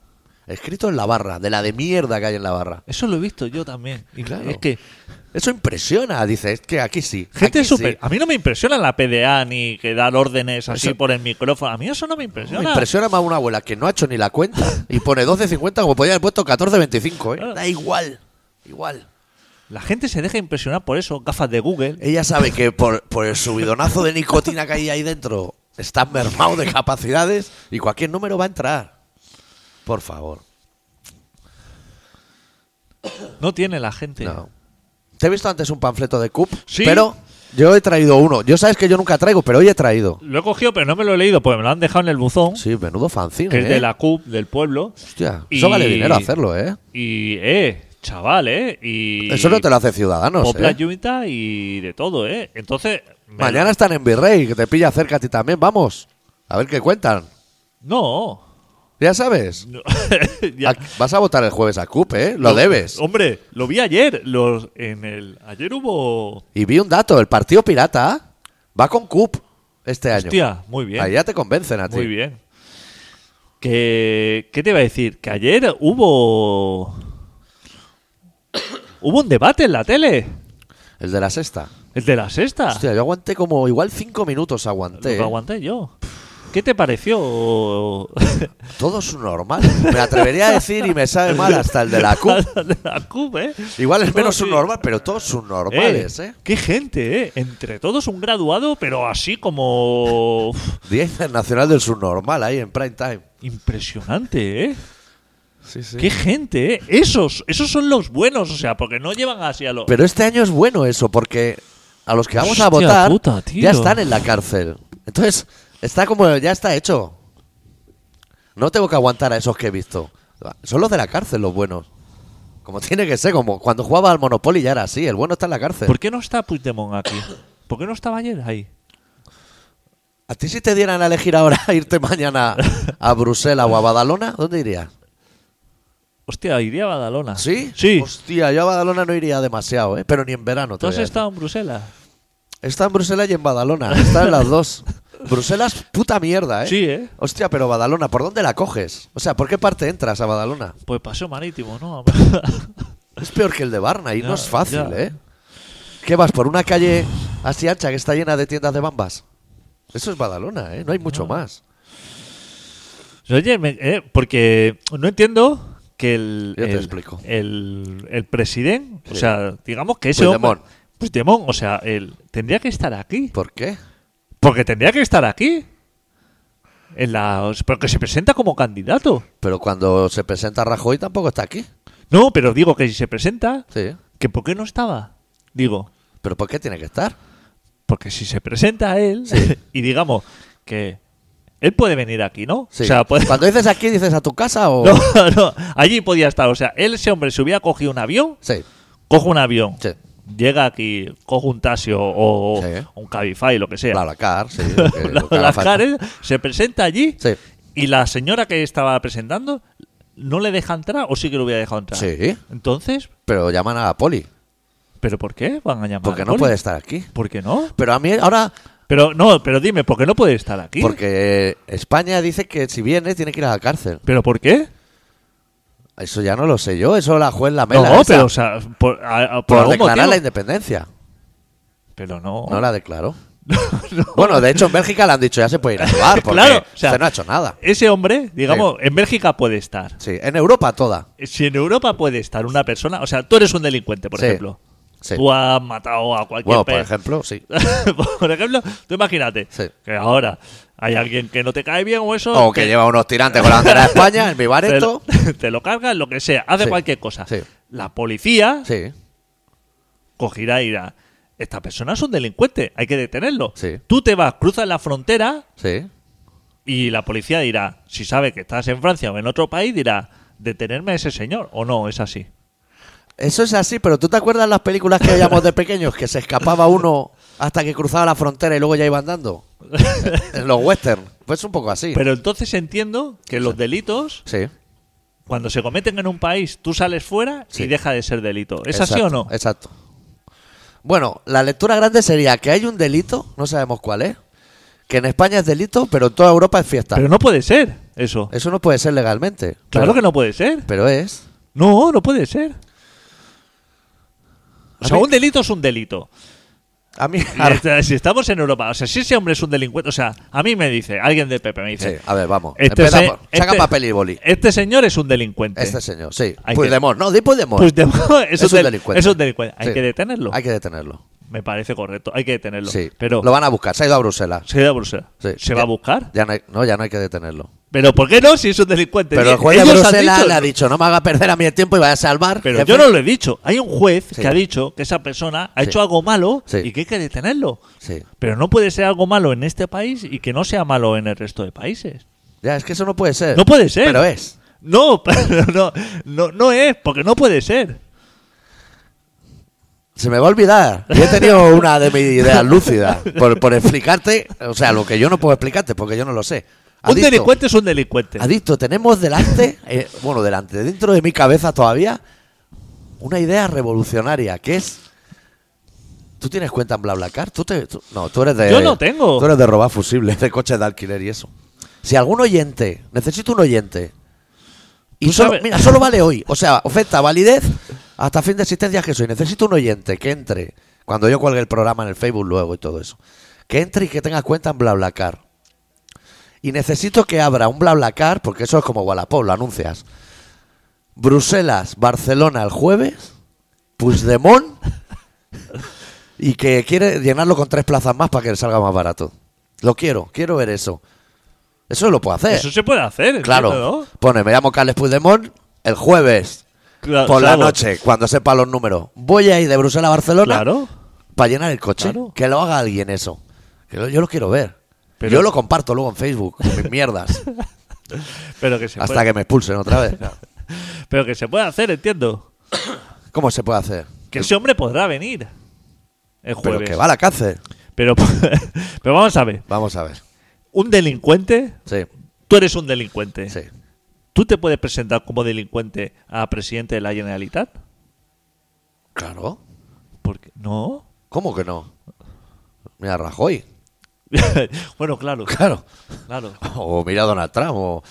[SPEAKER 1] Escrito en la barra, de la de mierda que hay en la barra.
[SPEAKER 2] Eso lo he visto yo también. Y
[SPEAKER 1] Claro.
[SPEAKER 2] Es que
[SPEAKER 1] Eso impresiona, dice, es que aquí sí.
[SPEAKER 2] Gente
[SPEAKER 1] aquí
[SPEAKER 2] super.
[SPEAKER 1] sí.
[SPEAKER 2] A mí no me impresiona la PDA ni que dar órdenes así
[SPEAKER 1] Eso-
[SPEAKER 2] por el micrófono. A mí eso no me impresiona.
[SPEAKER 1] Ah, Me impresiona más una abuela que no ha hecho ni la cuenta y pone 12.50 como podía haber puesto 14.25, ¿eh?
[SPEAKER 2] Claro.
[SPEAKER 1] Da igual, igual.
[SPEAKER 2] La gente se deja impresionar por eso. Gafas de Google.
[SPEAKER 1] Ella sabe que por, por el subidonazo de nicotina que hay ahí dentro está mermado de capacidades y cualquier número va a entrar. Por favor.
[SPEAKER 2] No tiene la gente.
[SPEAKER 1] No. Te he visto antes un panfleto de CUP,
[SPEAKER 2] Sí.
[SPEAKER 1] pero yo he traído uno. Yo sabes que yo nunca traigo, pero hoy he traído.
[SPEAKER 2] Lo he cogido, pero no me lo he leído porque me lo han dejado en el buzón,
[SPEAKER 1] Sí, menudo fanzine,
[SPEAKER 2] que es
[SPEAKER 1] ¿eh?
[SPEAKER 2] de la CUP del pueblo.
[SPEAKER 1] Hostia,
[SPEAKER 2] Y-
[SPEAKER 1] Eso vale dinero hacerlo, ¿eh?
[SPEAKER 2] Y, eh, chaval, eh. Y
[SPEAKER 1] Eso no te lo hace Ciudadanos,
[SPEAKER 2] Popla
[SPEAKER 1] ¿eh?
[SPEAKER 2] Junta y de todo, eh. Entonces. me-
[SPEAKER 1] Mañana están en Virrey, que te pilla cerca a ti también, vamos. A ver qué cuentan.
[SPEAKER 2] No.
[SPEAKER 1] Ya sabes.
[SPEAKER 2] No. Ya.
[SPEAKER 1] A- Vas a votar el jueves a CUP, ¿eh? Lo
[SPEAKER 2] No,
[SPEAKER 1] debes.
[SPEAKER 2] Hombre, lo vi ayer. Los, en el, ayer hubo.
[SPEAKER 1] Y vi un dato, el partido pirata va con CUP este año.
[SPEAKER 2] Hostia, muy bien.
[SPEAKER 1] Ahí ya te convencen a ti.
[SPEAKER 2] Muy bien. Que, ¿Qué te iba a decir? Que ayer hubo. Hubo un debate en la tele.
[SPEAKER 1] El de la sexta.
[SPEAKER 2] El de la sexta.
[SPEAKER 1] Hostia, yo aguanté como igual cinco minutos
[SPEAKER 2] Ah. lo
[SPEAKER 1] aguanté.
[SPEAKER 2] que
[SPEAKER 1] ¿eh?
[SPEAKER 2] aguanté yo. ¿Qué te pareció?
[SPEAKER 1] Todo es normal. Me atrevería a decir y me sabe mal hasta el de la CUP.
[SPEAKER 2] de la CUP, ¿eh?
[SPEAKER 1] Igual es
[SPEAKER 2] No,
[SPEAKER 1] menos
[SPEAKER 2] sí.
[SPEAKER 1] subnormal, pero todos subnormales,
[SPEAKER 2] Eh,
[SPEAKER 1] ¿eh?
[SPEAKER 2] Qué gente, ¿eh? Entre todos un graduado, pero así como. uf,
[SPEAKER 1] Día Internacional del Subnormal ahí en prime time.
[SPEAKER 2] Impresionante, ¿eh?
[SPEAKER 1] Sí, sí.
[SPEAKER 2] Qué gente, ¿eh? Esos, esos son los buenos, o sea, porque no llevan así a los...
[SPEAKER 1] Pero este año es bueno eso, porque a los que vamos
[SPEAKER 2] Hostia
[SPEAKER 1] a votar
[SPEAKER 2] puta, tío.
[SPEAKER 1] ya están en la cárcel. Entonces, está como, ya está hecho. No tengo que aguantar a esos que he visto. Son los de la cárcel los buenos. Como tiene que ser, como cuando jugaba al Monopoly ya era así, el bueno está en la cárcel.
[SPEAKER 2] ¿Por qué no está Puigdemont aquí? ¿Por qué no estaba ayer ahí?
[SPEAKER 1] ¿A ti si te dieran a elegir ahora irte mañana a Bruselas o a Badalona? ¿Dónde irías?
[SPEAKER 2] Hostia, iría a Badalona.
[SPEAKER 1] ¿Sí?
[SPEAKER 2] Sí.
[SPEAKER 1] Hostia, yo a Badalona no iría demasiado, ¿eh? pero ni en verano.
[SPEAKER 2] ¿Tú
[SPEAKER 1] te
[SPEAKER 2] has
[SPEAKER 1] voy a decir.
[SPEAKER 2] estado en Bruselas?
[SPEAKER 1] Está en Bruselas y en Badalona. Están las dos. Bruselas, puta mierda, ¿eh?
[SPEAKER 2] Sí, ¿eh?
[SPEAKER 1] Hostia, pero Badalona, ¿por dónde la coges? O sea, ¿por qué parte entras a Badalona?
[SPEAKER 2] Pues paseo marítimo, ¿no?
[SPEAKER 1] Es peor que el de Barna y
[SPEAKER 2] Ya,
[SPEAKER 1] no es fácil,
[SPEAKER 2] ya.
[SPEAKER 1] ¿eh? ¿Qué vas? ¿Por una calle así ancha que está llena de tiendas de bambas? Eso es Badalona, ¿eh? No hay mucho más.
[SPEAKER 2] Oye, me- eh, porque no entiendo que el...
[SPEAKER 1] Yo te
[SPEAKER 2] el-
[SPEAKER 1] explico.
[SPEAKER 2] El, el presidente, o
[SPEAKER 1] Sí. Pues
[SPEAKER 2] sea, digamos que ese
[SPEAKER 1] Puigdemont.
[SPEAKER 2] hombre... Puigdemont, o sea, él tendría que estar aquí.
[SPEAKER 1] ¿Por qué?
[SPEAKER 2] Porque tendría que estar aquí. En la, porque se presenta como candidato.
[SPEAKER 1] Pero cuando se presenta Rajoy tampoco está aquí.
[SPEAKER 2] No, pero digo que si se presenta,
[SPEAKER 1] Sí.
[SPEAKER 2] que ¿por qué no estaba? Digo,
[SPEAKER 1] ¿Pero por qué tiene que estar?
[SPEAKER 2] porque si se presenta él, y digamos que él puede venir aquí, ¿no?
[SPEAKER 1] Sí.
[SPEAKER 2] O sea, puede-
[SPEAKER 1] Cuando dices aquí, ¿dices a tu casa o...?
[SPEAKER 2] No, no, allí podía estar. O sea, él, ese hombre, si hubiera cogido un avión,
[SPEAKER 1] Sí,
[SPEAKER 2] coge un avión,
[SPEAKER 1] sí.
[SPEAKER 2] llega aquí, coge un tasio o, o
[SPEAKER 1] Sí.
[SPEAKER 2] un cabify, lo que sea.
[SPEAKER 1] Blablacar, sí. lo que- lo que haga
[SPEAKER 2] Las
[SPEAKER 1] falta.
[SPEAKER 2] caras, se presenta allí
[SPEAKER 1] Sí.
[SPEAKER 2] y la señora que estaba presentando no le deja entrar o sí que lo hubiera dejado entrar.
[SPEAKER 1] Sí,
[SPEAKER 2] Entonces,
[SPEAKER 1] pero llaman a la poli.
[SPEAKER 2] ¿pero por qué van a llamar?
[SPEAKER 1] Porque
[SPEAKER 2] al
[SPEAKER 1] no
[SPEAKER 2] poli?
[SPEAKER 1] puede estar aquí.
[SPEAKER 2] ¿Por qué no?
[SPEAKER 1] Pero a mí ahora,
[SPEAKER 2] Pero no, pero dime, ¿por qué no puede estar aquí?
[SPEAKER 1] porque España dice que si viene tiene que ir a la cárcel.
[SPEAKER 2] ¿Pero por qué?
[SPEAKER 1] Eso ya no lo sé yo, eso la juez la mela.
[SPEAKER 2] no,
[SPEAKER 1] esa,
[SPEAKER 2] pero o sea, por, a- a- por
[SPEAKER 1] por
[SPEAKER 2] algún
[SPEAKER 1] declarar
[SPEAKER 2] motivo.
[SPEAKER 1] la independencia.
[SPEAKER 2] Pero no.
[SPEAKER 1] No la declaró.
[SPEAKER 2] Oh. No.
[SPEAKER 1] Bueno, de hecho en Bélgica le han dicho ya se puede ir a jugar porque
[SPEAKER 2] Claro, o sea-
[SPEAKER 1] usted no ha hecho nada.
[SPEAKER 2] Ese hombre, digamos, en Bélgica puede estar.
[SPEAKER 1] Sí, en Europa toda.
[SPEAKER 2] Si en Europa puede estar una persona, o sea, tú eres un delincuente, por
[SPEAKER 1] Sí,
[SPEAKER 2] ejemplo.
[SPEAKER 1] sí.
[SPEAKER 2] Tú has matado a cualquier
[SPEAKER 1] Bueno,
[SPEAKER 2] pe-
[SPEAKER 1] por ejemplo, sí.
[SPEAKER 2] por ejemplo, tú imagínate
[SPEAKER 1] Sí.
[SPEAKER 2] que ahora hay alguien que no te cae bien o eso.
[SPEAKER 1] O que
[SPEAKER 2] te-
[SPEAKER 1] lleva unos tirantes con la bandera de España, en mi
[SPEAKER 2] te,
[SPEAKER 1] bareto.
[SPEAKER 2] lo- te lo cargas, lo que sea, hace
[SPEAKER 1] Sí,
[SPEAKER 2] cualquier cosa.
[SPEAKER 1] sí.
[SPEAKER 2] La policía
[SPEAKER 1] Sí,
[SPEAKER 2] cogerá y dirá: Esta persona es un delincuente, hay que detenerlo.
[SPEAKER 1] Sí.
[SPEAKER 2] Tú te vas, cruzas la frontera
[SPEAKER 1] sí.
[SPEAKER 2] y la policía dirá: Si sabe que estás en Francia o en otro país, dirá: Detenerme a ese señor. O no, es así.
[SPEAKER 1] Eso es así, pero ¿tú te acuerdas las películas que veíamos de pequeños? Que se escapaba uno hasta que cruzaba la frontera y luego ya iba andando. En los western. Pues un poco así.
[SPEAKER 2] Pero entonces entiendo que los delitos,
[SPEAKER 1] sí.
[SPEAKER 2] cuando se cometen en un país, tú sales fuera y
[SPEAKER 1] Sí.
[SPEAKER 2] deja de ser delito. ¿Es así
[SPEAKER 1] Exacto,
[SPEAKER 2] o no?
[SPEAKER 1] Exacto. Bueno, la lectura grande sería que hay un delito, no sabemos cuál es, que en España es delito, pero en toda Europa es fiesta.
[SPEAKER 2] Pero no puede ser eso.
[SPEAKER 1] Eso no puede ser legalmente.
[SPEAKER 2] Claro
[SPEAKER 1] pero,
[SPEAKER 2] que no puede ser.
[SPEAKER 1] Pero es.
[SPEAKER 2] No, no puede ser. O
[SPEAKER 1] A
[SPEAKER 2] sea,
[SPEAKER 1] mí-
[SPEAKER 2] un delito es un delito.
[SPEAKER 1] A mí.
[SPEAKER 2] Y esta- si estamos en Europa, o sea, si ese hombre es un delincuente, o sea, a mí me dice, alguien del PP me
[SPEAKER 1] Sí,
[SPEAKER 2] dice,
[SPEAKER 1] a ver, vamos.
[SPEAKER 2] Este
[SPEAKER 1] Empezamos.
[SPEAKER 2] se-
[SPEAKER 1] Saca
[SPEAKER 2] este-
[SPEAKER 1] papel y boli.
[SPEAKER 2] este señor es un delincuente.
[SPEAKER 1] Este señor, sí.
[SPEAKER 2] Hay que-
[SPEAKER 1] Puigdemont, no, di Puigdemont.
[SPEAKER 2] Pues de- es, un del-
[SPEAKER 1] delincuente.
[SPEAKER 2] es un delincuente. Hay
[SPEAKER 1] Sí.
[SPEAKER 2] que detenerlo.
[SPEAKER 1] Hay que detenerlo.
[SPEAKER 2] Me parece correcto. Hay que detenerlo.
[SPEAKER 1] Sí.
[SPEAKER 2] Pero
[SPEAKER 1] Lo van a buscar. Se ha ido a Bruselas.
[SPEAKER 2] se va a Bruselas.
[SPEAKER 1] Sí.
[SPEAKER 2] Se va
[SPEAKER 1] Ya-
[SPEAKER 2] a buscar.
[SPEAKER 1] Ya no, hay, no, ya no hay que detenerlo.
[SPEAKER 2] Pero ¿por qué no? Si es un delincuente.
[SPEAKER 1] Pero el juez de
[SPEAKER 2] Ellos han
[SPEAKER 1] Bruselas
[SPEAKER 2] dicho-
[SPEAKER 1] le ha dicho, no me haga perder a mí el tiempo y vaya a salvar.
[SPEAKER 2] Pero
[SPEAKER 1] Jefe,
[SPEAKER 2] yo no lo he dicho. Hay un juez
[SPEAKER 1] Sí.
[SPEAKER 2] que ha dicho que esa persona ha
[SPEAKER 1] Sí.
[SPEAKER 2] hecho algo malo
[SPEAKER 1] Sí.
[SPEAKER 2] y que hay que detenerlo.
[SPEAKER 1] Sí.
[SPEAKER 2] Pero no puede ser algo malo en este país y que no sea malo en el resto de países.
[SPEAKER 1] Ya, es que eso no puede ser.
[SPEAKER 2] No puede ser.
[SPEAKER 1] Pero es.
[SPEAKER 2] No, pero no, no, no es, porque no puede ser.
[SPEAKER 1] Se me va a olvidar. Yo he tenido una de mis ideas lúcidas por, por explicarte, o sea, lo que yo no puedo explicarte porque yo no lo sé.
[SPEAKER 2] Un delincuente es un delincuente.
[SPEAKER 1] adicto, tenemos delante, eh, bueno, delante, dentro de mi cabeza todavía, una idea revolucionaria que es. ¿Tú tienes cuenta en BlaBlaCar? ¿Tú te, tú- no, tú eres de.
[SPEAKER 2] Yo no tengo.
[SPEAKER 1] Tú eres de robar fusibles, de coches de alquiler y eso. Si algún oyente, necesito un oyente. Y
[SPEAKER 2] Tú
[SPEAKER 1] solo-
[SPEAKER 2] sabes-
[SPEAKER 1] mira, solo vale hoy. O sea, oferta, validez, hasta fin de existencia que soy. Necesito un oyente que entre, cuando yo cuelgue el programa en el Facebook luego y todo eso, que entre y que tenga cuenta en BlaBlaCar. Y necesito que abra un BlaBlaCar, porque eso es como Wallapop, lo anuncias. Bruselas, Barcelona el jueves, Puigdemont, y que quiere llenarlo con tres plazas más para que le salga más barato. Lo quiero, quiero ver eso. Eso lo puedo hacer.
[SPEAKER 2] Eso se puede hacer,
[SPEAKER 1] claro.
[SPEAKER 2] entiendo, ¿no?
[SPEAKER 1] Pone, me llamo Carles Puigdemont el jueves
[SPEAKER 2] Cla-
[SPEAKER 1] por la
[SPEAKER 2] claro,
[SPEAKER 1] noche, cuando sepa los números. Voy a ir de Bruselas a Barcelona
[SPEAKER 2] Claro.
[SPEAKER 1] para llenar el coche.
[SPEAKER 2] Claro.
[SPEAKER 1] Que lo haga alguien eso. Que lo- yo lo quiero ver.
[SPEAKER 2] Pero-
[SPEAKER 1] yo lo comparto luego en Facebook, con mis mierdas,
[SPEAKER 2] Pero que se
[SPEAKER 1] hasta
[SPEAKER 2] puede,
[SPEAKER 1] que me expulsen otra vez.
[SPEAKER 2] pero que se puede hacer, entiendo.
[SPEAKER 1] ¿Cómo se puede hacer?
[SPEAKER 2] Que ese hombre podrá venir
[SPEAKER 1] Pero
[SPEAKER 2] el jueves.
[SPEAKER 1] que va a la cárcel.
[SPEAKER 2] pero, pero vamos a ver.
[SPEAKER 1] Vamos a ver.
[SPEAKER 2] Un delincuente,
[SPEAKER 1] Sí,
[SPEAKER 2] tú eres un delincuente.
[SPEAKER 1] sí.
[SPEAKER 2] ¿Tú te puedes presentar como delincuente a presidente de la Generalitat?
[SPEAKER 1] Claro.
[SPEAKER 2] Porque no.
[SPEAKER 1] ¿Cómo que no? Mira, Rajoy.
[SPEAKER 2] bueno, claro,
[SPEAKER 1] Claro.
[SPEAKER 2] claro,
[SPEAKER 1] O mira Donald Trump. o-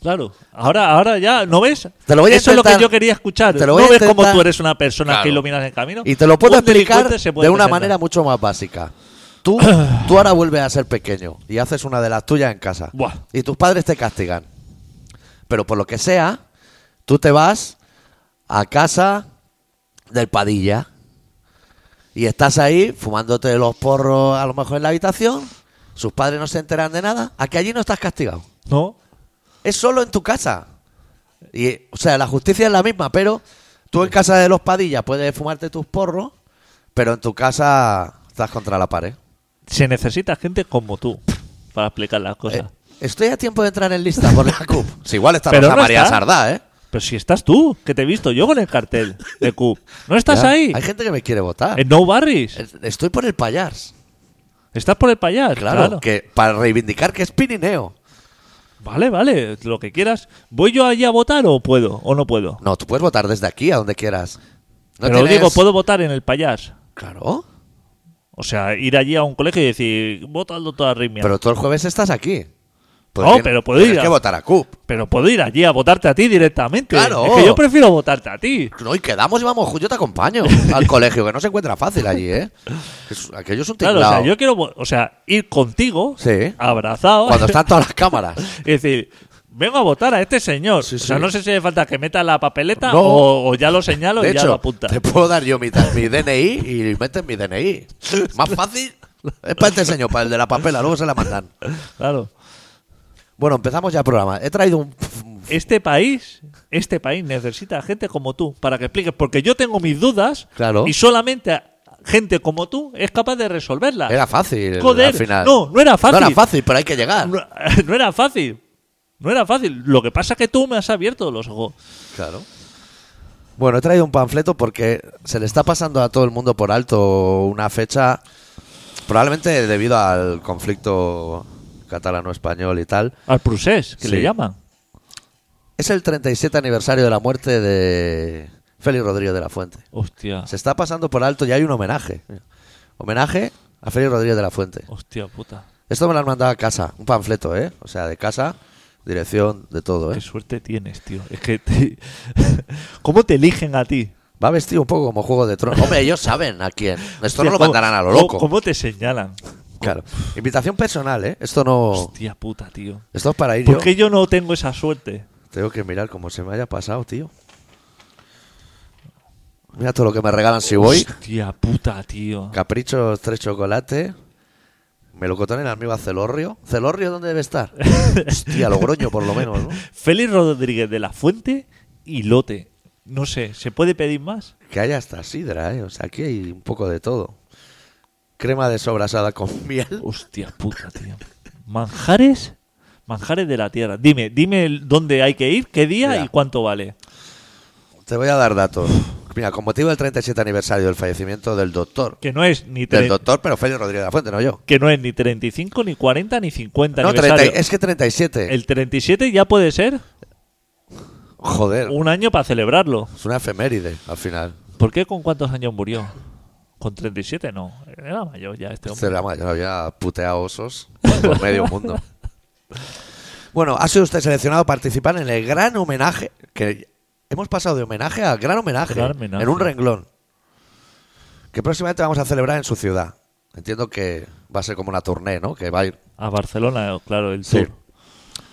[SPEAKER 2] claro. Ahora, ahora ya, ¿no ves?
[SPEAKER 1] Te lo voy a
[SPEAKER 2] Eso es lo
[SPEAKER 1] intentar-
[SPEAKER 2] que yo quería escuchar.
[SPEAKER 1] te lo voy
[SPEAKER 2] ¿No
[SPEAKER 1] a
[SPEAKER 2] ves cómo
[SPEAKER 1] intentar-
[SPEAKER 2] tú eres una persona
[SPEAKER 1] Claro.
[SPEAKER 2] que iluminas el camino?
[SPEAKER 1] Y te lo puedo
[SPEAKER 2] Un
[SPEAKER 1] explicar
[SPEAKER 2] delincuente
[SPEAKER 1] de
[SPEAKER 2] se puede
[SPEAKER 1] una
[SPEAKER 2] presentar.
[SPEAKER 1] manera mucho más básica. Tú, tú ahora vuelves a ser pequeño y haces una de las tuyas en casa.
[SPEAKER 2] Buah.
[SPEAKER 1] Y tus padres te castigan. Pero por lo que sea, tú te vas a casa del Padilla. Y estás ahí fumándote los porros a lo mejor en la habitación. Sus padres no se enteran de nada. A que allí no estás castigado.
[SPEAKER 2] No,
[SPEAKER 1] Es solo en tu casa. Y, o sea, la justicia es la misma, pero tú en casa de los Padillas puedes fumarte tus porros, pero en tu casa estás contra la pared.
[SPEAKER 2] se necesita gente como tú para explicar las cosas.
[SPEAKER 1] Eh, estoy a tiempo de entrar en lista por la CUP. Si igual está
[SPEAKER 2] Pero
[SPEAKER 1] Rosa
[SPEAKER 2] no
[SPEAKER 1] María
[SPEAKER 2] está.
[SPEAKER 1] Sardá, ¿eh?
[SPEAKER 2] Pero si estás tú, que te he visto yo con el cartel de CUP. ¿No estás
[SPEAKER 1] Ya,
[SPEAKER 2] ahí?
[SPEAKER 1] Hay gente que me quiere votar.
[SPEAKER 2] En No Barris.
[SPEAKER 1] Eh, Estoy por el payas.
[SPEAKER 2] Estás por el payas.
[SPEAKER 1] Claro,
[SPEAKER 2] claro.
[SPEAKER 1] que para reivindicar que es Pirineo.
[SPEAKER 2] Vale, vale, lo que quieras. ¿Voy yo allí a votar o puedo? ¿O no puedo?
[SPEAKER 1] No, tú puedes votar desde aquí a donde quieras. No
[SPEAKER 2] Pero
[SPEAKER 1] tienes-
[SPEAKER 2] digo, puedo votar en el payas.
[SPEAKER 1] Claro,
[SPEAKER 2] O sea, ir allí a un colegio y decir, vota al doctor Arritmia. Pero,
[SPEAKER 1] pero tú el jueves estás aquí. Pues
[SPEAKER 2] No,
[SPEAKER 1] tienes-
[SPEAKER 2] Oh, pero puedo
[SPEAKER 1] tienes
[SPEAKER 2] ir a-
[SPEAKER 1] que votar a CUP.
[SPEAKER 2] puedo ir allí a votarte a ti directamente.
[SPEAKER 1] Claro.
[SPEAKER 2] Es que yo prefiero votarte a ti.
[SPEAKER 1] No, y quedamos y vamos, yo te acompaño al colegio, que no se encuentra fácil allí, ¿eh? Es- aquello es un
[SPEAKER 2] Claro,
[SPEAKER 1] tinglao.
[SPEAKER 2] o sea, yo quiero, vo- o sea, ir contigo,
[SPEAKER 1] Sí.
[SPEAKER 2] abrazado,
[SPEAKER 1] Cuando están todas las cámaras.
[SPEAKER 2] y decir, vengo a votar a este señor.
[SPEAKER 1] Sí,
[SPEAKER 2] O sea,
[SPEAKER 1] sí.
[SPEAKER 2] no sé si hace falta que meta la papeleta
[SPEAKER 1] No.
[SPEAKER 2] o, o ya lo señalo
[SPEAKER 1] De
[SPEAKER 2] y ya lo
[SPEAKER 1] hecho,
[SPEAKER 2] apunta.
[SPEAKER 1] te puedo dar yo mi, mi DNI y metes mi DNI. Más fácil es para este señor, para el de la papela, luego se la mandan.
[SPEAKER 2] Claro.
[SPEAKER 1] Bueno, empezamos ya el programa. He traído un...
[SPEAKER 2] Este país, este país necesita gente como tú para que expliques, porque yo tengo mis dudas
[SPEAKER 1] Claro.
[SPEAKER 2] y solamente a- gente como tú es capaz de resolverlas.
[SPEAKER 1] Era fácil
[SPEAKER 2] Joder,
[SPEAKER 1] al final.
[SPEAKER 2] no, no era fácil.
[SPEAKER 1] No era fácil, pero hay que llegar.
[SPEAKER 2] No, no era fácil. No era fácil. Lo que pasa es que tú me has abierto los ojos.
[SPEAKER 1] Claro. Bueno, he traído un panfleto porque se le está pasando a todo el mundo por alto una fecha, probablemente debido al conflicto catalano-español y tal.
[SPEAKER 2] Al Prusés, que
[SPEAKER 1] Sí.
[SPEAKER 2] le llaman.
[SPEAKER 1] Es el 37 aniversario de la muerte de Félix Rodríguez de la Fuente.
[SPEAKER 2] Hostia.
[SPEAKER 1] Se está pasando por alto y hay un homenaje. Homenaje a Félix Rodríguez de la Fuente.
[SPEAKER 2] Hostia puta.
[SPEAKER 1] Esto me lo han mandado a casa, un panfleto, ¿eh? O sea, de casa, dirección, de todo,
[SPEAKER 2] Qué
[SPEAKER 1] ¿eh?
[SPEAKER 2] suerte tienes, tío. Es que te- ¿Cómo te eligen a ti?
[SPEAKER 1] Va vestido un poco como Juego de Tronos. Hombre, ellos saben a quién. Esto
[SPEAKER 2] Hostia,
[SPEAKER 1] no lo
[SPEAKER 2] ¿cómo-
[SPEAKER 1] mandarán a lo
[SPEAKER 2] cómo-
[SPEAKER 1] loco.
[SPEAKER 2] ¿Cómo te señalan?
[SPEAKER 1] Claro. Invitación personal, ¿eh? Esto no.
[SPEAKER 2] Hostia puta, tío.
[SPEAKER 1] Esto es para ir
[SPEAKER 2] ¿Por
[SPEAKER 1] yo.
[SPEAKER 2] qué yo no tengo esa suerte?
[SPEAKER 1] Tengo que mirar cómo se me haya pasado, tío. Mira todo lo que me regalan si voy.
[SPEAKER 2] Hostia puta, tío.
[SPEAKER 1] Caprichos, tres chocolates. Melocotón en almíbar Celorrio. ¿Celorrio dónde debe estar? Hostia, Logroño por lo menos, ¿no?
[SPEAKER 2] Félix Rodríguez de la Fuente y Lote. No sé, ¿se puede pedir más?
[SPEAKER 1] Que haya hasta sidra, ¿eh? O sea, aquí hay un poco de todo. Crema de sobrasada con miel.
[SPEAKER 2] Hostia puta, tío. Manjares, manjares de la tierra. Dime, dime el- dónde hay que ir, qué día
[SPEAKER 1] Mira.
[SPEAKER 2] y cuánto vale.
[SPEAKER 1] Te voy a dar datos. Mira, con motivo del 37 aniversario del fallecimiento del doctor.
[SPEAKER 2] Que no es ni tre-
[SPEAKER 1] Del doctor, pero Félix Rodríguez de la Fuente, no yo.
[SPEAKER 2] que no es ni 35 ni 40 ni 50
[SPEAKER 1] No, 30
[SPEAKER 2] aniversario.
[SPEAKER 1] es que 37.
[SPEAKER 2] El 37 ya puede ser
[SPEAKER 1] Joder,
[SPEAKER 2] un año para celebrarlo.
[SPEAKER 1] es una efeméride al final.
[SPEAKER 2] ¿Por qué con cuántos años murió? Con 37 no, era mayor ya este hombre.
[SPEAKER 1] Este drama ya lo había puteado osos por medio mundo. Bueno, ha sido usted seleccionado a participar en el gran homenaje. que Hemos pasado de homenaje a gran homenaje,
[SPEAKER 2] Gran homenaje.
[SPEAKER 1] en un renglón. Que próximamente vamos a celebrar en su ciudad. Entiendo que va a ser como una tournée, ¿no? Que va a ir
[SPEAKER 2] A Barcelona, claro, el
[SPEAKER 1] Sí.
[SPEAKER 2] tour.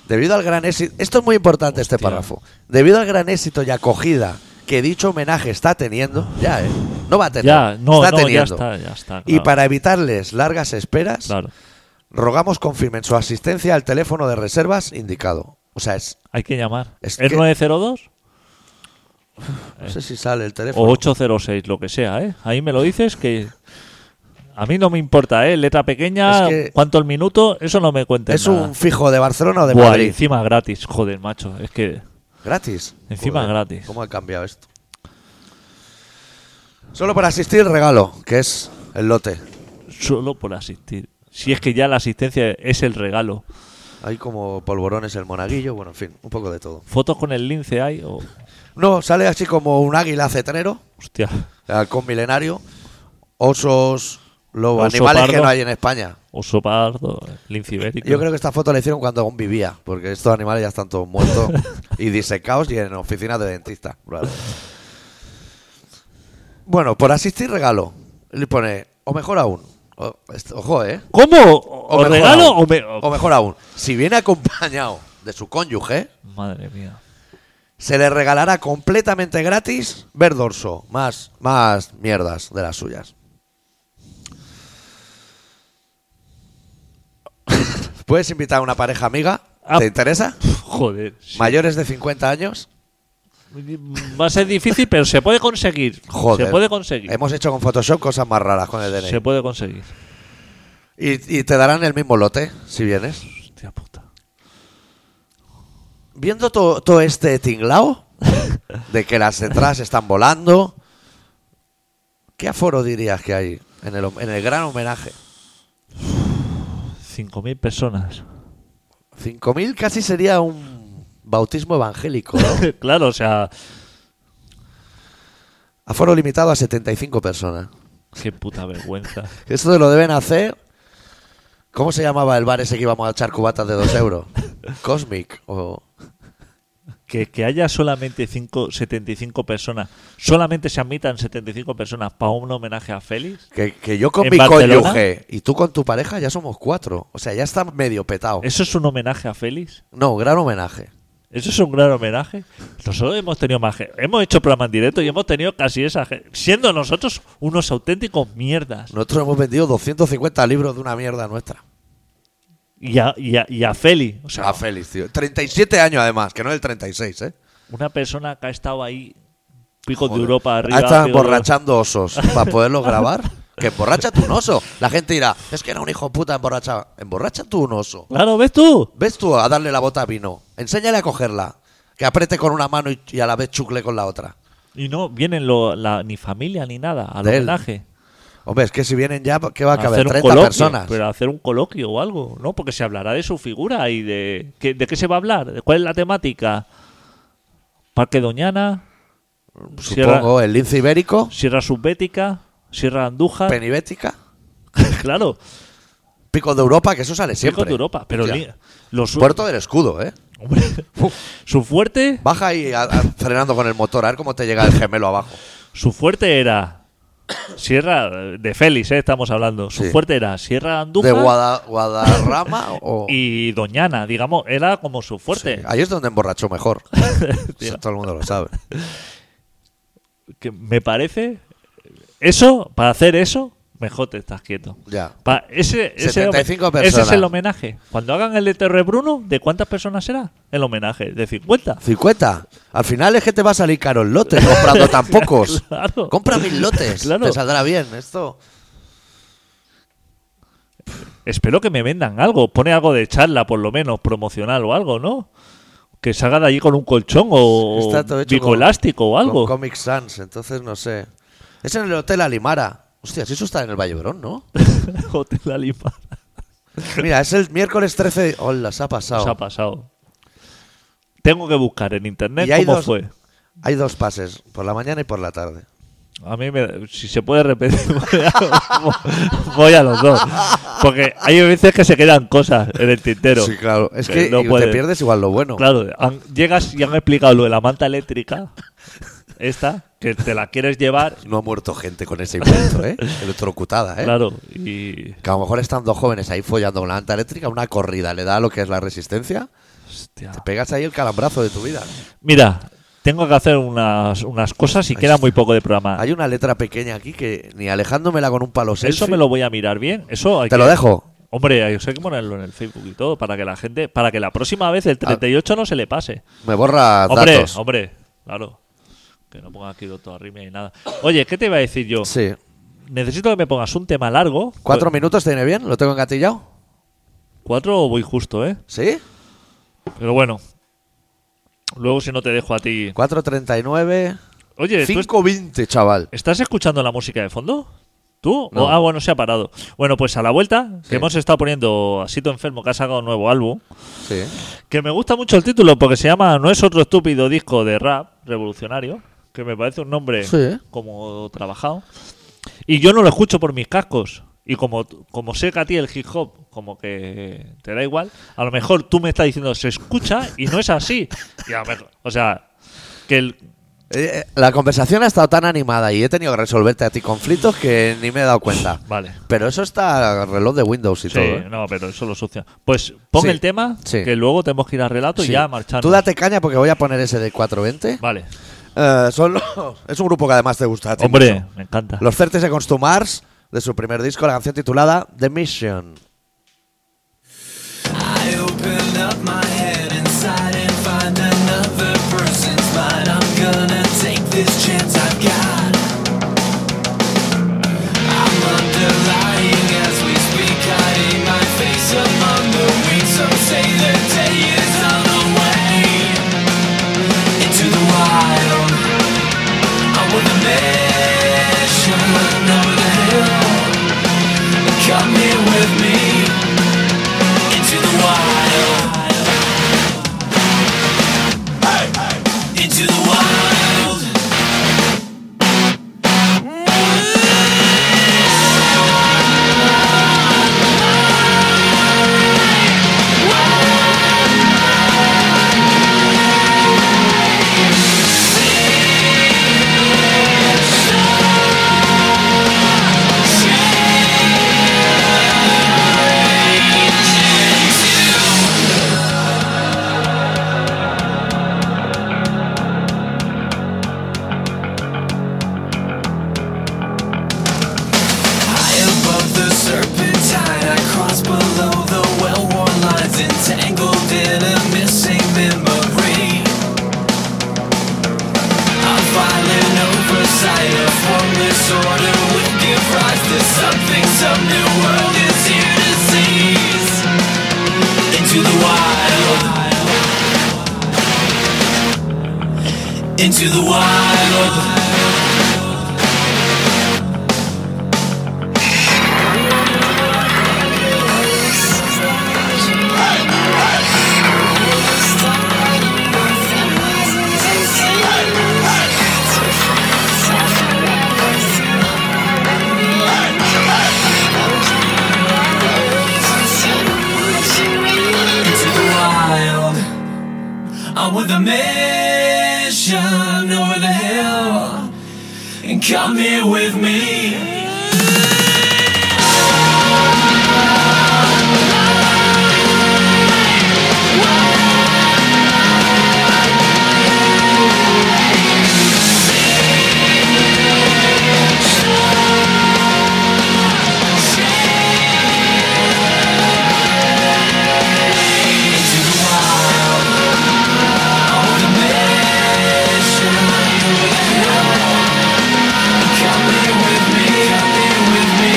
[SPEAKER 1] Debido al gran éxito, esto es muy importante este
[SPEAKER 2] Hostia.
[SPEAKER 1] párrafo. Debido al gran éxito y acogida que dicho homenaje está teniendo, ya, ¿eh? No va a tener.
[SPEAKER 2] Ya, no,
[SPEAKER 1] está
[SPEAKER 2] no, ya
[SPEAKER 1] teniendo.
[SPEAKER 2] está, ya está,
[SPEAKER 1] Y
[SPEAKER 2] claro.
[SPEAKER 1] para evitarles largas esperas,
[SPEAKER 2] Claro.
[SPEAKER 1] Rogamos confirmen su asistencia al teléfono de reservas indicado. O sea, es,
[SPEAKER 2] Hay que llamar.
[SPEAKER 1] Es
[SPEAKER 2] ¿Es,
[SPEAKER 1] que-
[SPEAKER 2] 902? Eh.
[SPEAKER 1] no sé si sale el teléfono.
[SPEAKER 2] O 806, lo que sea, ¿eh? Ahí me lo dices que... A mí no me importa, ¿eh? Letra pequeña,
[SPEAKER 1] Es que-
[SPEAKER 2] cuánto el minuto, eso no me cuenta
[SPEAKER 1] es un fijo de Barcelona o de Madrid.
[SPEAKER 2] encima gratis, joder, macho. Es que...
[SPEAKER 1] Gratis.
[SPEAKER 2] Encima
[SPEAKER 1] Joder,
[SPEAKER 2] gratis.
[SPEAKER 1] ¿Cómo ha cambiado esto? Solo para asistir, regalo, que es el lote.
[SPEAKER 2] Solo por asistir. Si es que ya la asistencia es el regalo.
[SPEAKER 1] Hay como polvorones el monaguillo, bueno, en fin, un poco de todo.
[SPEAKER 2] ¿Fotos con el lince hay? o
[SPEAKER 1] No, sale así como un águila cetrero,
[SPEAKER 2] Hostia.
[SPEAKER 1] con milenario, osos, lobos,
[SPEAKER 2] Oso
[SPEAKER 1] animales que
[SPEAKER 2] pardo.
[SPEAKER 1] no hay en España.
[SPEAKER 2] Oso pardo, lince ibérico.
[SPEAKER 1] Yo creo que esta foto la hicieron cuando aún vivía, porque estos animales ya están todos muertos y disecados y en oficinas de dentista. brother. Bueno, por asistir regalo. Le pone, o mejor aún, o- esto- ojo, ¿eh?
[SPEAKER 2] ¿Cómo? ¿O,
[SPEAKER 1] mejor
[SPEAKER 2] regalo
[SPEAKER 1] aún,
[SPEAKER 2] o me-
[SPEAKER 1] o mejor aún, si viene acompañado de su cónyuge,
[SPEAKER 2] Madre mía.
[SPEAKER 1] se le regalará completamente gratis ver dorso, más, más mierdas de las suyas. ¿Puedes invitar a una pareja amiga?
[SPEAKER 2] Ah.
[SPEAKER 1] ¿Te interesa?
[SPEAKER 2] Joder. sí.
[SPEAKER 1] Mayores de 50 años.
[SPEAKER 2] Va a ser difícil, pero se puede conseguir.
[SPEAKER 1] Joder.
[SPEAKER 2] Se puede conseguir.
[SPEAKER 1] Hemos hecho con Photoshop cosas más raras con el DNI.
[SPEAKER 2] Se puede conseguir.
[SPEAKER 1] Y, y te darán el mismo lote si vienes.
[SPEAKER 2] Hostia puta.
[SPEAKER 1] Viendo to- todo este tinglao de que las entradas están volando, ¿qué aforo dirías que hay en el, hom- en el gran homenaje?
[SPEAKER 2] 5.000 personas.
[SPEAKER 1] 5.000 casi sería un bautismo evangélico. ¿no?
[SPEAKER 2] claro, o sea.
[SPEAKER 1] Aforo limitado a 75 personas.
[SPEAKER 2] Qué puta vergüenza.
[SPEAKER 1] Esto lo deben hacer. ¿Cómo se llamaba el bar ese que íbamos a echar cubatas de 2 euros? Cosmic. O...
[SPEAKER 2] Que, que haya solamente cinco, 75 personas. Solamente se admitan 75 personas para un homenaje a Félix.
[SPEAKER 1] Que, que yo con
[SPEAKER 2] ¿En
[SPEAKER 1] mi
[SPEAKER 2] Barcelona?
[SPEAKER 1] cónyuge y tú con tu pareja ya somos cuatro. O sea, ya está medio petado.
[SPEAKER 2] ¿Eso es un homenaje a Félix?
[SPEAKER 1] No, gran homenaje.
[SPEAKER 2] Eso es un gran homenaje. Nosotros hemos tenido más ge- Hemos hecho programas en directo y hemos tenido casi esa ge- Siendo nosotros unos auténticos mierdas.
[SPEAKER 1] Nosotros hemos vendido 250 libros de una mierda nuestra.
[SPEAKER 2] Y a, y a- y a Félix. O sea,
[SPEAKER 1] A Félix, tío. 37 años además, que no es el 36, ¿eh?
[SPEAKER 2] una persona que ha estado ahí, picos
[SPEAKER 1] Joder.
[SPEAKER 2] de Europa arriba.
[SPEAKER 1] Ahora están
[SPEAKER 2] picos de-
[SPEAKER 1] emborrachando osos para poderlos grabar. Que emborracha tú un oso. La gente dirá, es que era un hijo de puta emborrachado. Emborracha tú un oso.
[SPEAKER 2] Claro, ¿ves tú?
[SPEAKER 1] ¿Ves tú a darle la bota a vino? Enséñale a cogerla. Que apriete con una mano y, y a la vez chucle con la otra.
[SPEAKER 2] Y no vienen lo- la- ni familia ni nada al
[SPEAKER 1] De él.
[SPEAKER 2] homenaje.
[SPEAKER 1] Hombre, es que si vienen ya, ¿qué va a caber?
[SPEAKER 2] hacer un
[SPEAKER 1] 30
[SPEAKER 2] coloquio,
[SPEAKER 1] personas.
[SPEAKER 2] Pero hacer un coloquio o algo, ¿no? Porque se hablará de su figura y de. ¿qué- ¿De qué se va a hablar? ¿De ¿Cuál es la temática? Parque Doñana,
[SPEAKER 1] Supongo, el lince ibérico,
[SPEAKER 2] Sierra Subbética, Sierra Andújar.
[SPEAKER 1] penibética,
[SPEAKER 2] claro,
[SPEAKER 1] pico de Europa, que eso sale siempre.
[SPEAKER 2] Pico de Europa. Pero
[SPEAKER 1] Hostia.
[SPEAKER 2] ni- los su-
[SPEAKER 1] Puerto del escudo, ¿eh?
[SPEAKER 2] hombre, su fuerte,
[SPEAKER 1] Baja ahí a- a- frenando con el motor, a ver cómo te llega el gemelo abajo.
[SPEAKER 2] su fuerte era Sierra de Félix, ¿eh? estamos hablando. Su
[SPEAKER 1] Sí.
[SPEAKER 2] fuerte era Sierra
[SPEAKER 1] ¿De
[SPEAKER 2] Andújar
[SPEAKER 1] Guada- Guadarrama o.?
[SPEAKER 2] y Doñana, digamos, era como su fuerte.
[SPEAKER 1] Sí, ahí es donde emborrachó mejor. Eso todo el mundo lo sabe.
[SPEAKER 2] que me parece eso para hacer eso mejor te estás quieto
[SPEAKER 1] Ya.
[SPEAKER 2] Pa- ese, ese
[SPEAKER 1] 75
[SPEAKER 2] home- ese es
[SPEAKER 1] personas.
[SPEAKER 2] el homenaje cuando hagan el de Terre Bruno de cuántas personas será el homenaje de 50
[SPEAKER 1] 50. Al final es que te va a salir caro el lote comprando tan pocos.
[SPEAKER 2] Claro.
[SPEAKER 1] Compra mil lotes.
[SPEAKER 2] Claro.
[SPEAKER 1] Te saldrá bien esto.
[SPEAKER 2] espero que me vendan algo pone algo de charla por lo menos promocional o algo no que salga de allí con un colchón o
[SPEAKER 1] Está todo hecho con-
[SPEAKER 2] picoelástico o algo
[SPEAKER 1] Con Comic Sans, entonces no sé. Es en el Hotel Alimara. Hostia, si eso está en el Vallebrón, ¿no?
[SPEAKER 2] Hotel Alimar.
[SPEAKER 1] Mira, es el miércoles 13. de- Hola, se ha pasado.
[SPEAKER 2] Nos ha pasado tengo que buscar en internet
[SPEAKER 1] Y hay
[SPEAKER 2] cómo
[SPEAKER 1] dos-
[SPEAKER 2] fue
[SPEAKER 1] Hay dos pases, por la mañana y por la tarde.
[SPEAKER 2] A mí, me- si se puede repetir, voy a, voy a los dos. Porque hay veces que se quedan cosas en el tintero.
[SPEAKER 1] sí, claro. Es
[SPEAKER 2] que
[SPEAKER 1] que
[SPEAKER 2] no
[SPEAKER 1] y te
[SPEAKER 2] puede.
[SPEAKER 1] pierdes igual lo bueno.
[SPEAKER 2] Claro, han- llegas y han explicado lo de la manta eléctrica, esta, que te la quieres llevar,
[SPEAKER 1] No ha muerto gente con ese invento, ¿eh? Electrocutada, ¿eh?
[SPEAKER 2] claro, y...
[SPEAKER 1] Que a lo mejor están dos jóvenes ahí follando una anta eléctrica, una corrida, le da lo que es la resistencia,
[SPEAKER 2] hostia.
[SPEAKER 1] te pegas ahí el calambrazo de tu vida.
[SPEAKER 2] Mira, tengo que hacer unas, unas cosas y queda muy poco de programa.
[SPEAKER 1] Hay una letra pequeña aquí que ni alejándomela con un palo
[SPEAKER 2] Ah. Eso
[SPEAKER 1] selfie-
[SPEAKER 2] me lo voy a mirar bien, eso hay
[SPEAKER 1] Te
[SPEAKER 2] que-
[SPEAKER 1] lo dejo.
[SPEAKER 2] Hombre, eso hay que ponerlo en el Facebook y todo para que la gente, para que la próxima vez el 38 no se le pase.
[SPEAKER 1] Me borra
[SPEAKER 2] Hombre,
[SPEAKER 1] Ah. datos.
[SPEAKER 2] hombre, claro. Que no pongas aquí doctor Arrimia ni nada. Oye, ¿qué te iba a decir yo?
[SPEAKER 1] Sí.
[SPEAKER 2] Necesito que me pongas un tema largo.
[SPEAKER 1] ¿Cuatro
[SPEAKER 2] Pues,
[SPEAKER 1] minutos tiene bien? ¿Lo tengo engatillado?
[SPEAKER 2] Cuatro voy justo, ¿eh?
[SPEAKER 1] ¿Sí?
[SPEAKER 2] Pero bueno. Luego si no te dejo a ti.
[SPEAKER 1] 4.39.
[SPEAKER 2] Oye, ¿tú
[SPEAKER 1] 5.20, chaval.
[SPEAKER 2] ¿Estás escuchando la música de fondo? ¿Tú?
[SPEAKER 1] No.
[SPEAKER 2] O- ah, bueno, se ha parado. Bueno, pues a la vuelta,
[SPEAKER 1] Sí.
[SPEAKER 2] que hemos estado poniendo a Sito Enfermo, que ha sacado un nuevo álbum,
[SPEAKER 1] Sí.
[SPEAKER 2] que me gusta mucho el título porque se llama No es otro estúpido disco de rap revolucionario, que me parece un nombre
[SPEAKER 1] Sí.
[SPEAKER 2] como trabajado. Y yo no lo escucho por mis cascos. Y como, como sé que a ti el hip hop como que te da igual, a lo mejor tú me estás diciendo se escucha y no es así. Y a lo mejor- o sea, que el,
[SPEAKER 1] Eh, eh, la conversación ha estado tan animada y he tenido que resolverte a ti conflictos que ni me he dado cuenta.
[SPEAKER 2] Vale.
[SPEAKER 1] Pero eso está reloj de Windows y
[SPEAKER 2] Sí,
[SPEAKER 1] todo. ¿eh?
[SPEAKER 2] no, pero eso lo sucia. Pues pon
[SPEAKER 1] Sí,
[SPEAKER 2] el tema,
[SPEAKER 1] sí.
[SPEAKER 2] que luego tenemos que ir al relato
[SPEAKER 1] Sí.
[SPEAKER 2] y ya marchar.
[SPEAKER 1] Tú date caña porque voy a poner ese de 420.
[SPEAKER 2] Vale.
[SPEAKER 1] Eh, son los- es un grupo que además te gusta. a ti
[SPEAKER 2] Hombre,
[SPEAKER 1] mucho.
[SPEAKER 2] me encanta.
[SPEAKER 1] Los Certes de Constumars, de su primer disco, la canción titulada The Mission.
[SPEAKER 3] I open up my head inside and find another person's mind. I'm gonna take this chance I've got. I'm underlying as we speak, hiding my face among the weak. Some say the day is on the way into the wild. I want a mission over the hill. Come here with me into the wild. Into the wild. High above the serpentine, I cross below the well-worn lines, entangled in a missing memory. I'm filing oversight, a formless order would give rise to something some new world is here to seize. Into the wild. Into the wild. into the wild. I'm with a mission over the hill, and come here with me. Into the wild. I'm with a mission over the hill, and come here with me.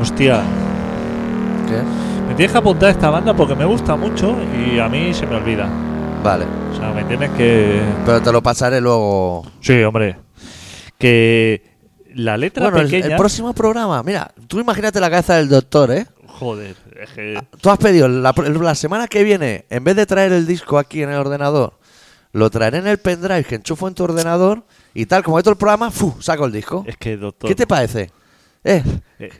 [SPEAKER 2] Hostia,
[SPEAKER 1] ¿Qué?
[SPEAKER 2] me tienes que apuntar esta banda porque me gusta mucho y a mí se me olvida.
[SPEAKER 1] Vale.
[SPEAKER 2] O sea, me tienes que.
[SPEAKER 1] Pero te lo pasaré luego.
[SPEAKER 2] Sí, hombre. Que la letra
[SPEAKER 1] Bueno, el,
[SPEAKER 2] pequeña.
[SPEAKER 1] el próximo programa, mira, tú imagínate la cabeza del doctor, ¿eh?
[SPEAKER 2] Joder, es que.
[SPEAKER 1] Tú has pedido la, pro- la semana que viene, en vez de traer el disco aquí en el ordenador, lo traeré en el pendrive que enchufo en tu ordenador y tal, como esto el programa, ¡fu! saco el disco.
[SPEAKER 2] Es que, doctor.
[SPEAKER 1] ¿Qué te parece? Eh,
[SPEAKER 2] eh,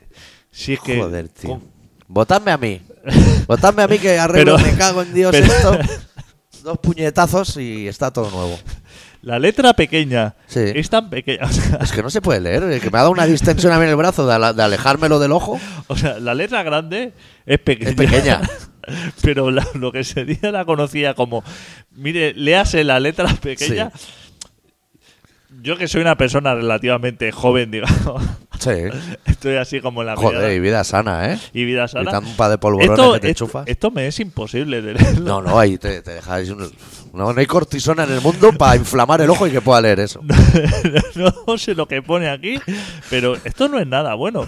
[SPEAKER 2] sí, es que.
[SPEAKER 1] joder, tío.
[SPEAKER 2] con-
[SPEAKER 1] Votadme a mí. Votadme a mí que arreglo,
[SPEAKER 2] Pero-
[SPEAKER 1] me cago en Dios
[SPEAKER 2] pero-
[SPEAKER 1] esto. Dos puñetazos y está todo nuevo.
[SPEAKER 2] La letra pequeña.
[SPEAKER 1] Sí.
[SPEAKER 2] Es tan pequeña. O sea,
[SPEAKER 1] Es que no se puede leer, es que me ha dado una distensión a mí en el brazo de, ala- de alejármelo del ojo.
[SPEAKER 2] o sea, la letra grande es pequeña.
[SPEAKER 1] Es pequeña.
[SPEAKER 2] Pero la- lo que sería la conocía como. Mire, léase la letra pequeña. Yo que soy una persona relativamente joven, digamos.
[SPEAKER 1] Sí.
[SPEAKER 2] Estoy así como en la
[SPEAKER 1] Joder,
[SPEAKER 2] mirada.
[SPEAKER 1] y vida sana, ¿eh?
[SPEAKER 2] y vida sana.
[SPEAKER 1] Evitando un par de polvorones
[SPEAKER 2] esto,
[SPEAKER 1] que te
[SPEAKER 2] esto-
[SPEAKER 1] enchufas.
[SPEAKER 2] esto me es imposible de leerlo.
[SPEAKER 1] No, no, ahí te, te dejáis un- No, no hay cortisona en el mundo para inflamar el ojo y que pueda leer eso.
[SPEAKER 2] no sé lo que pone aquí, pero esto no es nada bueno.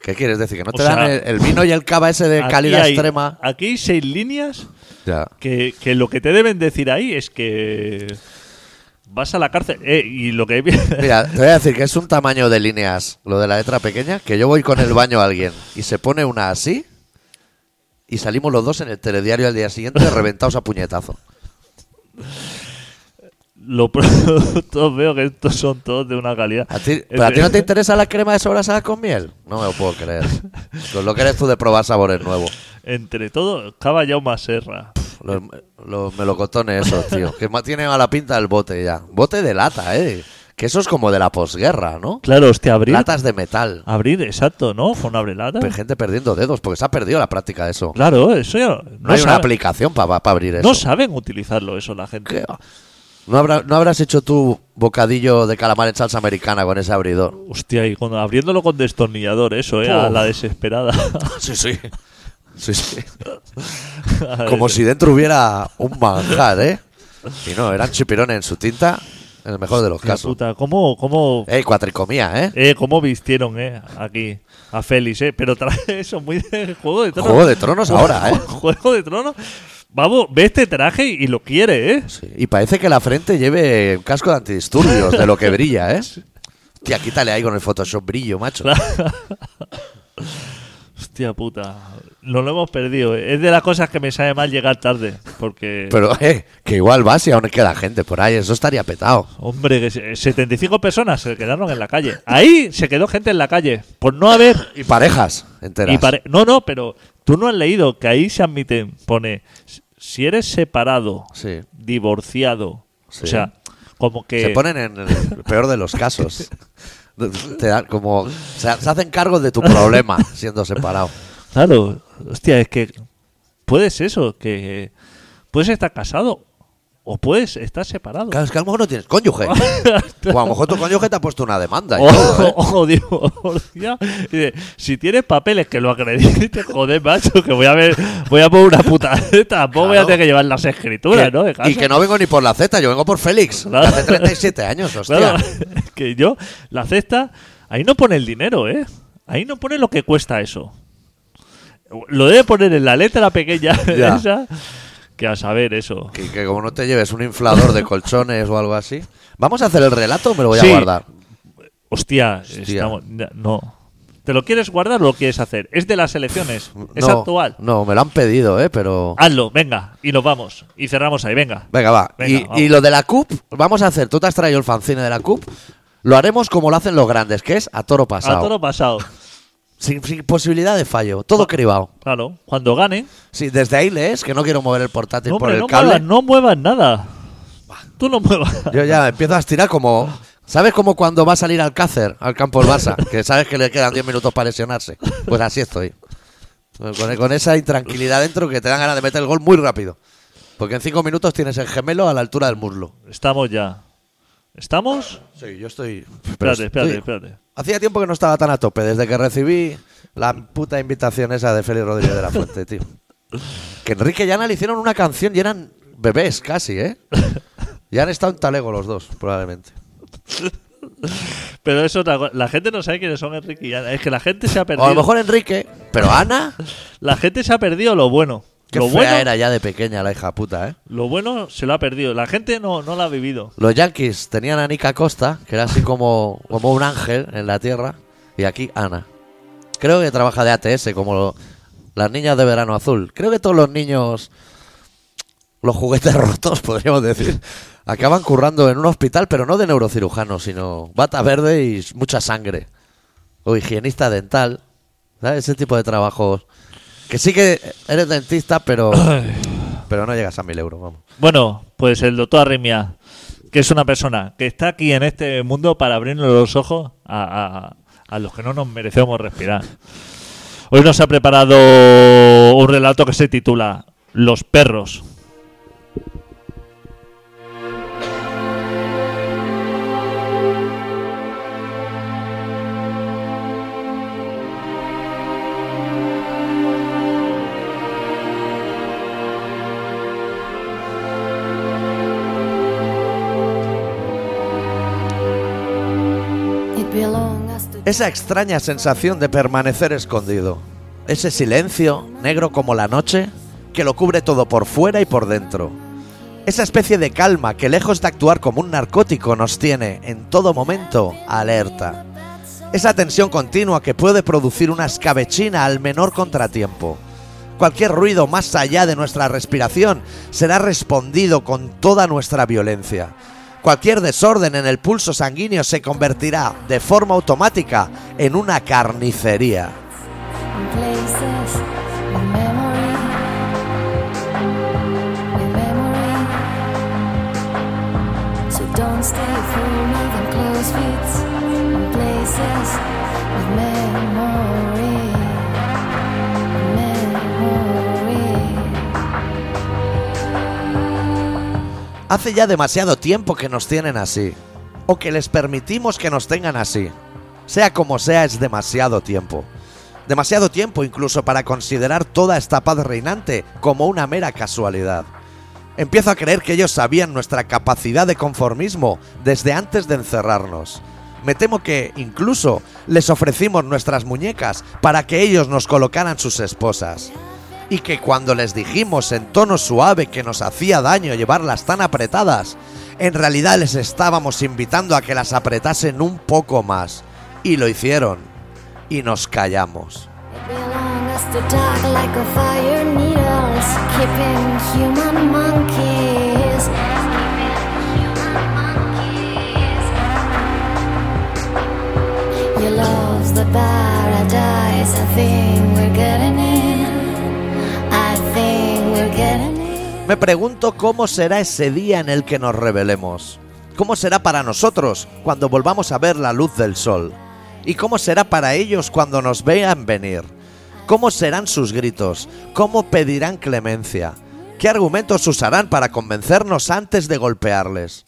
[SPEAKER 1] ¿Qué quieres decir? ¿Que no
[SPEAKER 2] O
[SPEAKER 1] te
[SPEAKER 2] sea,
[SPEAKER 1] dan el, el vino y el cava ese de
[SPEAKER 2] Aquí
[SPEAKER 1] calidad
[SPEAKER 2] hay-
[SPEAKER 1] extrema?
[SPEAKER 2] Aquí hay seis líneas
[SPEAKER 1] Ya.
[SPEAKER 2] que, que lo que te deben decir ahí es que vas a la cárcel. Eh, y lo que
[SPEAKER 1] Mira, te voy a decir que es un tamaño de líneas, lo de la letra pequeña, que yo voy con el baño a alguien y se pone una así y salimos los dos en el telediario al día siguiente reventados a puñetazo.
[SPEAKER 2] los productos veo que estos son todos de una calidad.
[SPEAKER 1] ¿A ti, ¿Pero a ti no te interesa la crema de sobrasada con miel? No me lo puedo creer. Con lo que eres tú de probar sabores nuevos.
[SPEAKER 2] Entre todo, Cava Jaume Serra.
[SPEAKER 1] Los, los melocotones esos, tío. Que ma- tiene mala pinta el bote ya. Bote de lata, ¿eh? Que eso es como de la posguerra, ¿no?
[SPEAKER 2] Claro, hostia, abrir.
[SPEAKER 1] Latas de metal.
[SPEAKER 2] Abrir, exacto, ¿no? Con abre lata.
[SPEAKER 1] Pe- Gente perdiendo dedos, porque se ha perdido la práctica de eso.
[SPEAKER 2] Claro, eso ya-
[SPEAKER 1] No hay una
[SPEAKER 2] sabe-
[SPEAKER 1] aplicación para abrir eso.
[SPEAKER 2] No saben utilizarlo eso la gente.
[SPEAKER 1] ¿Qué va? ¿No, habrá- ¿No habrás hecho tu bocadillo de calamar en salsa americana con ese abridor?
[SPEAKER 2] Hostia, y cuando- abriéndolo con destornillador, eso, eh, a
[SPEAKER 1] Puf.
[SPEAKER 2] la desesperada.
[SPEAKER 1] Sí, sí. Sí, sí. Como si dentro hubiera un manjar, ¿eh? Y no, eran chipirones en su tinta, en el mejor de los
[SPEAKER 2] Hostia
[SPEAKER 1] casos.
[SPEAKER 2] puta, ¿cómo, cómo,
[SPEAKER 1] Ey, cuatricomía, ¿eh?
[SPEAKER 2] eh, cómo vistieron, eh, aquí a Félix, eh? Pero trae eso muy de Juego de Tronos.
[SPEAKER 1] Juego de Tronos ahora, ¿eh?
[SPEAKER 2] Juego de Tronos. Vamos, ve este traje y lo quiere, eh.
[SPEAKER 1] Sí, Y parece que la frente lleve un casco de antidisturbios, de lo que brilla, ¿eh? Tía, quítale ahí con el Photoshop brillo, macho.
[SPEAKER 2] Hostia puta. No lo hemos perdido. eh. Es de las cosas que me sabe mal llegar tarde. Porque,
[SPEAKER 1] Pero, eh, que igual vas y aún queda gente por ahí, eso estaría petado.
[SPEAKER 2] hombre, que se- 75 personas se quedaron en la calle. Ahí se quedó gente en la calle. Por no haber
[SPEAKER 1] Y parejas enteras.
[SPEAKER 2] Y pare- no, no, pero tú no has leído que ahí se admiten, pone, "Si- si eres separado,
[SPEAKER 1] Sí.
[SPEAKER 2] divorciado,
[SPEAKER 1] Sí.
[SPEAKER 2] o sea, como que...
[SPEAKER 1] Se ponen en el peor de los casos. Te dan como, se, se hacen cargo de tu problema siendo separado.
[SPEAKER 2] Claro, hostia, es que puedes eso, que puedes estar casado o puedes estar separado.
[SPEAKER 1] Claro, es que a lo mejor no tienes cónyuge. O a lo mejor tu cónyuge te ha puesto una demanda. y
[SPEAKER 2] O,
[SPEAKER 1] todo, ¿eh?
[SPEAKER 2] o- o divorciado. Y oh, dice, si tienes papeles que lo acrediten, joder, macho, que voy a ver, voy a poner una puta. Tampoco voy a
[SPEAKER 1] Claro.
[SPEAKER 2] tener que llevar las escrituras,
[SPEAKER 1] Que-
[SPEAKER 2] ¿no? De
[SPEAKER 1] y
[SPEAKER 2] casa.
[SPEAKER 1] que no vengo ni por la Z, yo vengo por Félix.
[SPEAKER 2] Claro.
[SPEAKER 1] Hace 37 años, hostia.
[SPEAKER 2] Claro, es que yo, la cesta, ahí no pone el dinero, ¿eh? Ahí no pone lo que cuesta eso. Lo debe poner en la letra pequeña
[SPEAKER 1] Ya.
[SPEAKER 2] esa, que a saber eso.
[SPEAKER 1] Que, que como no te lleves un inflador de colchones o algo así. ¿Vamos a hacer el relato o me lo voy a
[SPEAKER 2] Sí.
[SPEAKER 1] guardar?
[SPEAKER 2] Hostia,
[SPEAKER 1] Hostia.
[SPEAKER 2] estamos- ya, no. ¿Te lo quieres guardar o lo quieres hacer? Es de las elecciones, es
[SPEAKER 1] No,
[SPEAKER 2] actual.
[SPEAKER 1] No, me lo han pedido, ¿eh? Pero...
[SPEAKER 2] Hazlo, venga, y nos vamos. Y cerramos ahí, venga.
[SPEAKER 1] Venga, va.
[SPEAKER 2] Venga,
[SPEAKER 1] y,
[SPEAKER 2] vamos.
[SPEAKER 1] y lo de la CUP, vamos a hacer. Tú te has traído el fanzine de la CUP. Lo haremos como lo hacen los grandes, que es a toro pasado.
[SPEAKER 2] A todo pasado.
[SPEAKER 1] Sin, sin posibilidad de fallo. Todo cribado.
[SPEAKER 2] Claro, cuando gane.
[SPEAKER 1] Sí, desde ahí lees que no quiero mover el portátil
[SPEAKER 2] No,
[SPEAKER 1] por
[SPEAKER 2] hombre,
[SPEAKER 1] el
[SPEAKER 2] no
[SPEAKER 1] cable.
[SPEAKER 2] muevas, no muevas nada. Tú no muevas.
[SPEAKER 1] Yo ya empiezo a estirar como. ¿Sabes como cuando va a salir Alcácer al campo del Barça? Que sabes que le quedan 10 minutos para lesionarse. Pues así estoy. Con, con esa intranquilidad dentro que te dan ganas de meter el gol muy rápido. Porque en 5 minutos tienes el gemelo a la altura del muslo.
[SPEAKER 2] Estamos ya. ¿Estamos?
[SPEAKER 1] Sí, yo estoy.
[SPEAKER 2] Espérate, espérate,
[SPEAKER 1] estoy-
[SPEAKER 2] espérate.
[SPEAKER 1] Hacía tiempo que no estaba tan a tope, desde que recibí la puta invitación esa de Félix Rodríguez de la Fuente, tío. Que Enrique y Ana le hicieron una canción y eran bebés casi, ¿eh? Y han estado en talego los dos, probablemente.
[SPEAKER 2] Pero eso, la gente no sabe quiénes son Enrique y Ana. Es que la gente se ha
[SPEAKER 1] O
[SPEAKER 2] perdido.
[SPEAKER 1] a lo mejor Enrique, pero Ana,
[SPEAKER 2] La gente se ha perdido lo bueno.
[SPEAKER 1] que
[SPEAKER 2] Lo
[SPEAKER 1] fea
[SPEAKER 2] bueno,
[SPEAKER 1] era ya de pequeña la hija puta, ¿eh?
[SPEAKER 2] lo bueno se lo ha perdido. La gente no, no lo ha vivido.
[SPEAKER 1] Los Yankees tenían a Nica Costa, que era así como, como un ángel en la tierra, y aquí Ana. Creo que trabaja de ATS, como lo- las niñas de verano azul. Creo que todos los niños, los juguetes rotos, podríamos decir, acaban currando en un hospital, pero no de neurocirujano, sino bata verde y s- mucha sangre. O higienista dental, ¿sabes? Ese tipo de trabajos. Que sí que eres dentista, pero, pero no llegas a mil euros, vamos.
[SPEAKER 2] Bueno, pues el doctor Arrimia, que es una persona que está aquí en este mundo para abrirnos los ojos a, a- a los que no nos merecemos respirar. Hoy nos ha preparado un relato que se titula Los perros.
[SPEAKER 4] It belongs to
[SPEAKER 1] Esa extraña sensación de permanecer escondido. Ese silencio, negro como la noche, que lo cubre todo por fuera y por dentro. Esa especie de calma que lejos de actuar como un narcótico nos tiene, en todo momento, alerta. Esa tensión continua que puede producir una escabechina al menor contratiempo. Cualquier ruido más allá de nuestra respiración será respondido con toda nuestra violencia. Cualquier desorden en el pulso sanguíneo se convertirá, de forma automática, en una carnicería.
[SPEAKER 4] in places with memory. With memory. So don't stay through me them close fits in places with memory. Memory.
[SPEAKER 1] Hace ya demasiado tiempo que nos tienen así. O que les permitimos que nos tengan así. Sea como sea, es demasiado tiempo. Demasiado tiempo incluso para considerar toda esta paz reinante como una mera casualidad. Empiezo a creer que ellos sabían nuestra capacidad de conformismo desde antes de encerrarnos. Me temo que, incluso, les ofrecimos nuestras muñecas para que ellos nos colocaran sus esposas y que cuando les dijimos en tono suave que nos hacía daño llevarlas tan apretadas, en realidad les estábamos invitando a que las apretasen un poco más. Y lo hicieron. Y nos callamos.
[SPEAKER 4] It belongs to dark like a fire needle, skipping human monkeys. Your love's the paradise. I think we're getting in. I think we're getting in.
[SPEAKER 1] Me pregunto cómo será ese día en el que nos rebelemos. ¿Cómo será para nosotros cuando volvamos a ver la luz del sol? ¿Y cómo será para ellos cuando nos vean venir? ¿Cómo serán sus gritos? ¿Cómo pedirán clemencia? ¿Qué argumentos usarán para convencernos antes de golpearles?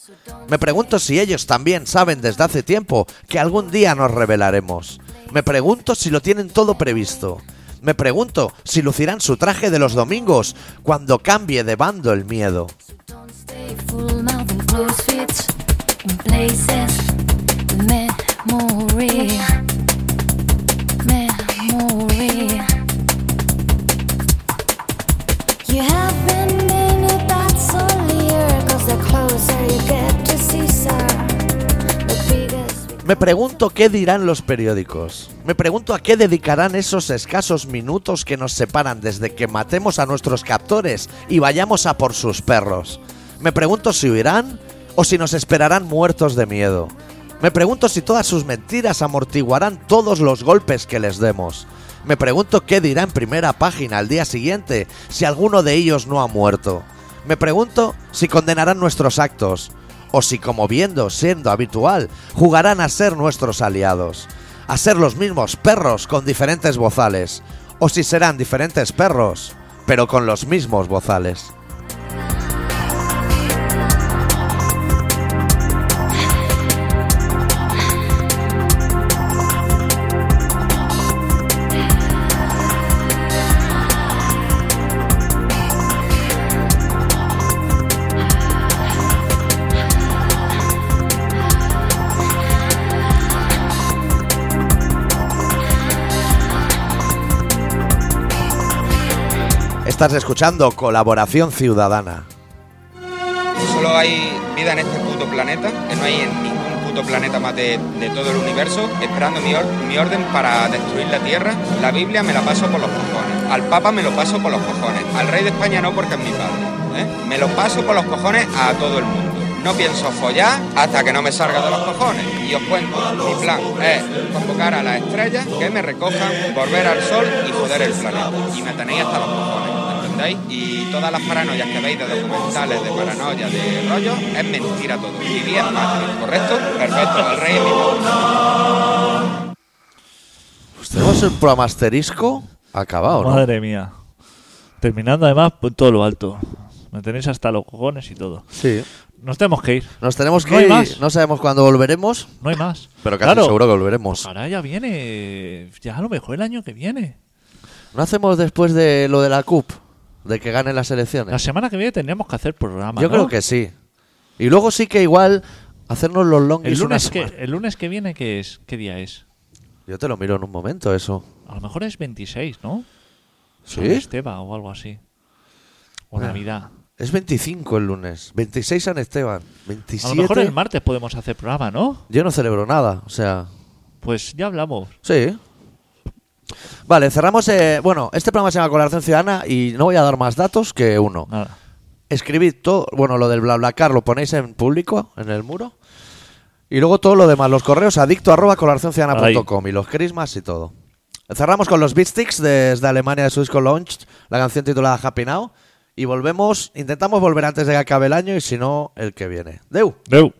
[SPEAKER 1] Me pregunto si ellos también saben desde hace tiempo que algún día nos revelaremos. Me pregunto si lo tienen todo previsto. Me pregunto si lucirán su traje de los domingos cuando cambie de bando el miedo.
[SPEAKER 4] Stay full mouth and close feet in places. Memory. Memory. You haven't been a bad soldier, 'cause the closer you get to Caesar, the biggest.
[SPEAKER 1] Me pregunto qué dirán los periódicos. Me pregunto a qué dedicarán esos escasos minutos que nos separan desde que matemos a nuestros captores y vayamos a por sus perros. Me pregunto si huirán o si nos esperarán muertos de miedo. Me pregunto si todas sus mentiras amortiguarán todos los golpes que les demos. Me pregunto qué dirá en primera página al día siguiente si alguno de ellos no ha muerto. Me pregunto si condenarán nuestros actos o si, como viendo siendo habitual, jugarán a ser nuestros aliados, a ser los mismos perros con diferentes bozales, o si serán diferentes perros, pero con los mismos bozales. Estás escuchando Colaboración Ciudadana.
[SPEAKER 5] Solo hay vida en este puto planeta, que no hay en ningún puto planeta más de, de todo el universo, esperando mi, or- mi orden para destruir la Tierra. La Biblia me la paso por los cojones, al Papa me lo paso por los cojones, al Rey de España no porque es mi padre, ¿eh? me lo paso por los cojones a todo el mundo. No pienso follar hasta que no me salga de los cojones. Y os cuento, mi plan es convocar a las estrellas que me recojan, volver al sol y joder el planeta. Y me tenéis hasta los cojones. ¿entendéis? Y todas las paranoias que veis de documentales, de paranoia, de rollo, es mentira todo. Vivir es patria, ¿correcto? Perfecto, el rey es mi padre.
[SPEAKER 1] Tenemos el programa asterisco acabado, ¿no?
[SPEAKER 2] Madre mía. Terminando además por todo lo alto. Me tenéis hasta los cojones y todo.
[SPEAKER 1] Sí.
[SPEAKER 2] Nos tenemos que ir.
[SPEAKER 1] Nos tenemos que
[SPEAKER 2] No hay
[SPEAKER 1] ir.
[SPEAKER 2] más.
[SPEAKER 1] No sabemos cuándo volveremos,
[SPEAKER 2] No hay más.
[SPEAKER 1] pero casi
[SPEAKER 2] Claro, Ah.
[SPEAKER 1] seguro que volveremos.
[SPEAKER 2] Ahora ya viene. Ya a lo mejor el año que viene.
[SPEAKER 1] ¿No hacemos después de lo de la CUP? De que ganen las elecciones.
[SPEAKER 2] La semana que viene tendríamos que hacer programa.
[SPEAKER 1] Yo
[SPEAKER 2] ¿no?
[SPEAKER 1] creo que sí. Y luego sí que igual hacernos los longis
[SPEAKER 2] El lunes
[SPEAKER 1] una
[SPEAKER 2] que,
[SPEAKER 1] semana.
[SPEAKER 2] el lunes que viene, ¿qué es? ¿Qué día es?
[SPEAKER 1] Yo te lo miro en un momento, eso.
[SPEAKER 2] A lo mejor es 26, ¿no?
[SPEAKER 1] ¿Sí?
[SPEAKER 2] San Esteba o algo así. O
[SPEAKER 1] Ah.
[SPEAKER 2] Navidad.
[SPEAKER 1] Es 25 el lunes. 26 San Esteban.
[SPEAKER 2] A
[SPEAKER 1] 27.
[SPEAKER 2] lo mejor el martes podemos hacer programa, ¿no?
[SPEAKER 1] Yo no celebro nada, o sea.
[SPEAKER 2] Pues ya hablamos.
[SPEAKER 1] Sí. Vale, cerramos. eh, bueno, este programa se llama Colaboración Ciudadana y no voy a dar más datos que uno.
[SPEAKER 2] Nada.
[SPEAKER 1] Escribid todo. Bueno, lo del BlaBlaCar lo ponéis en público, en el muro. Y luego todo lo demás, los correos adicto arroba colaboracionciudadana.com y los crismas y todo. Cerramos con los Beatsticks desde Alemania de su disco Launch, la canción titulada Happy Now. Y volvemos, intentamos volver antes de que acabe el año y si no, el que viene. Deu.
[SPEAKER 2] Deu.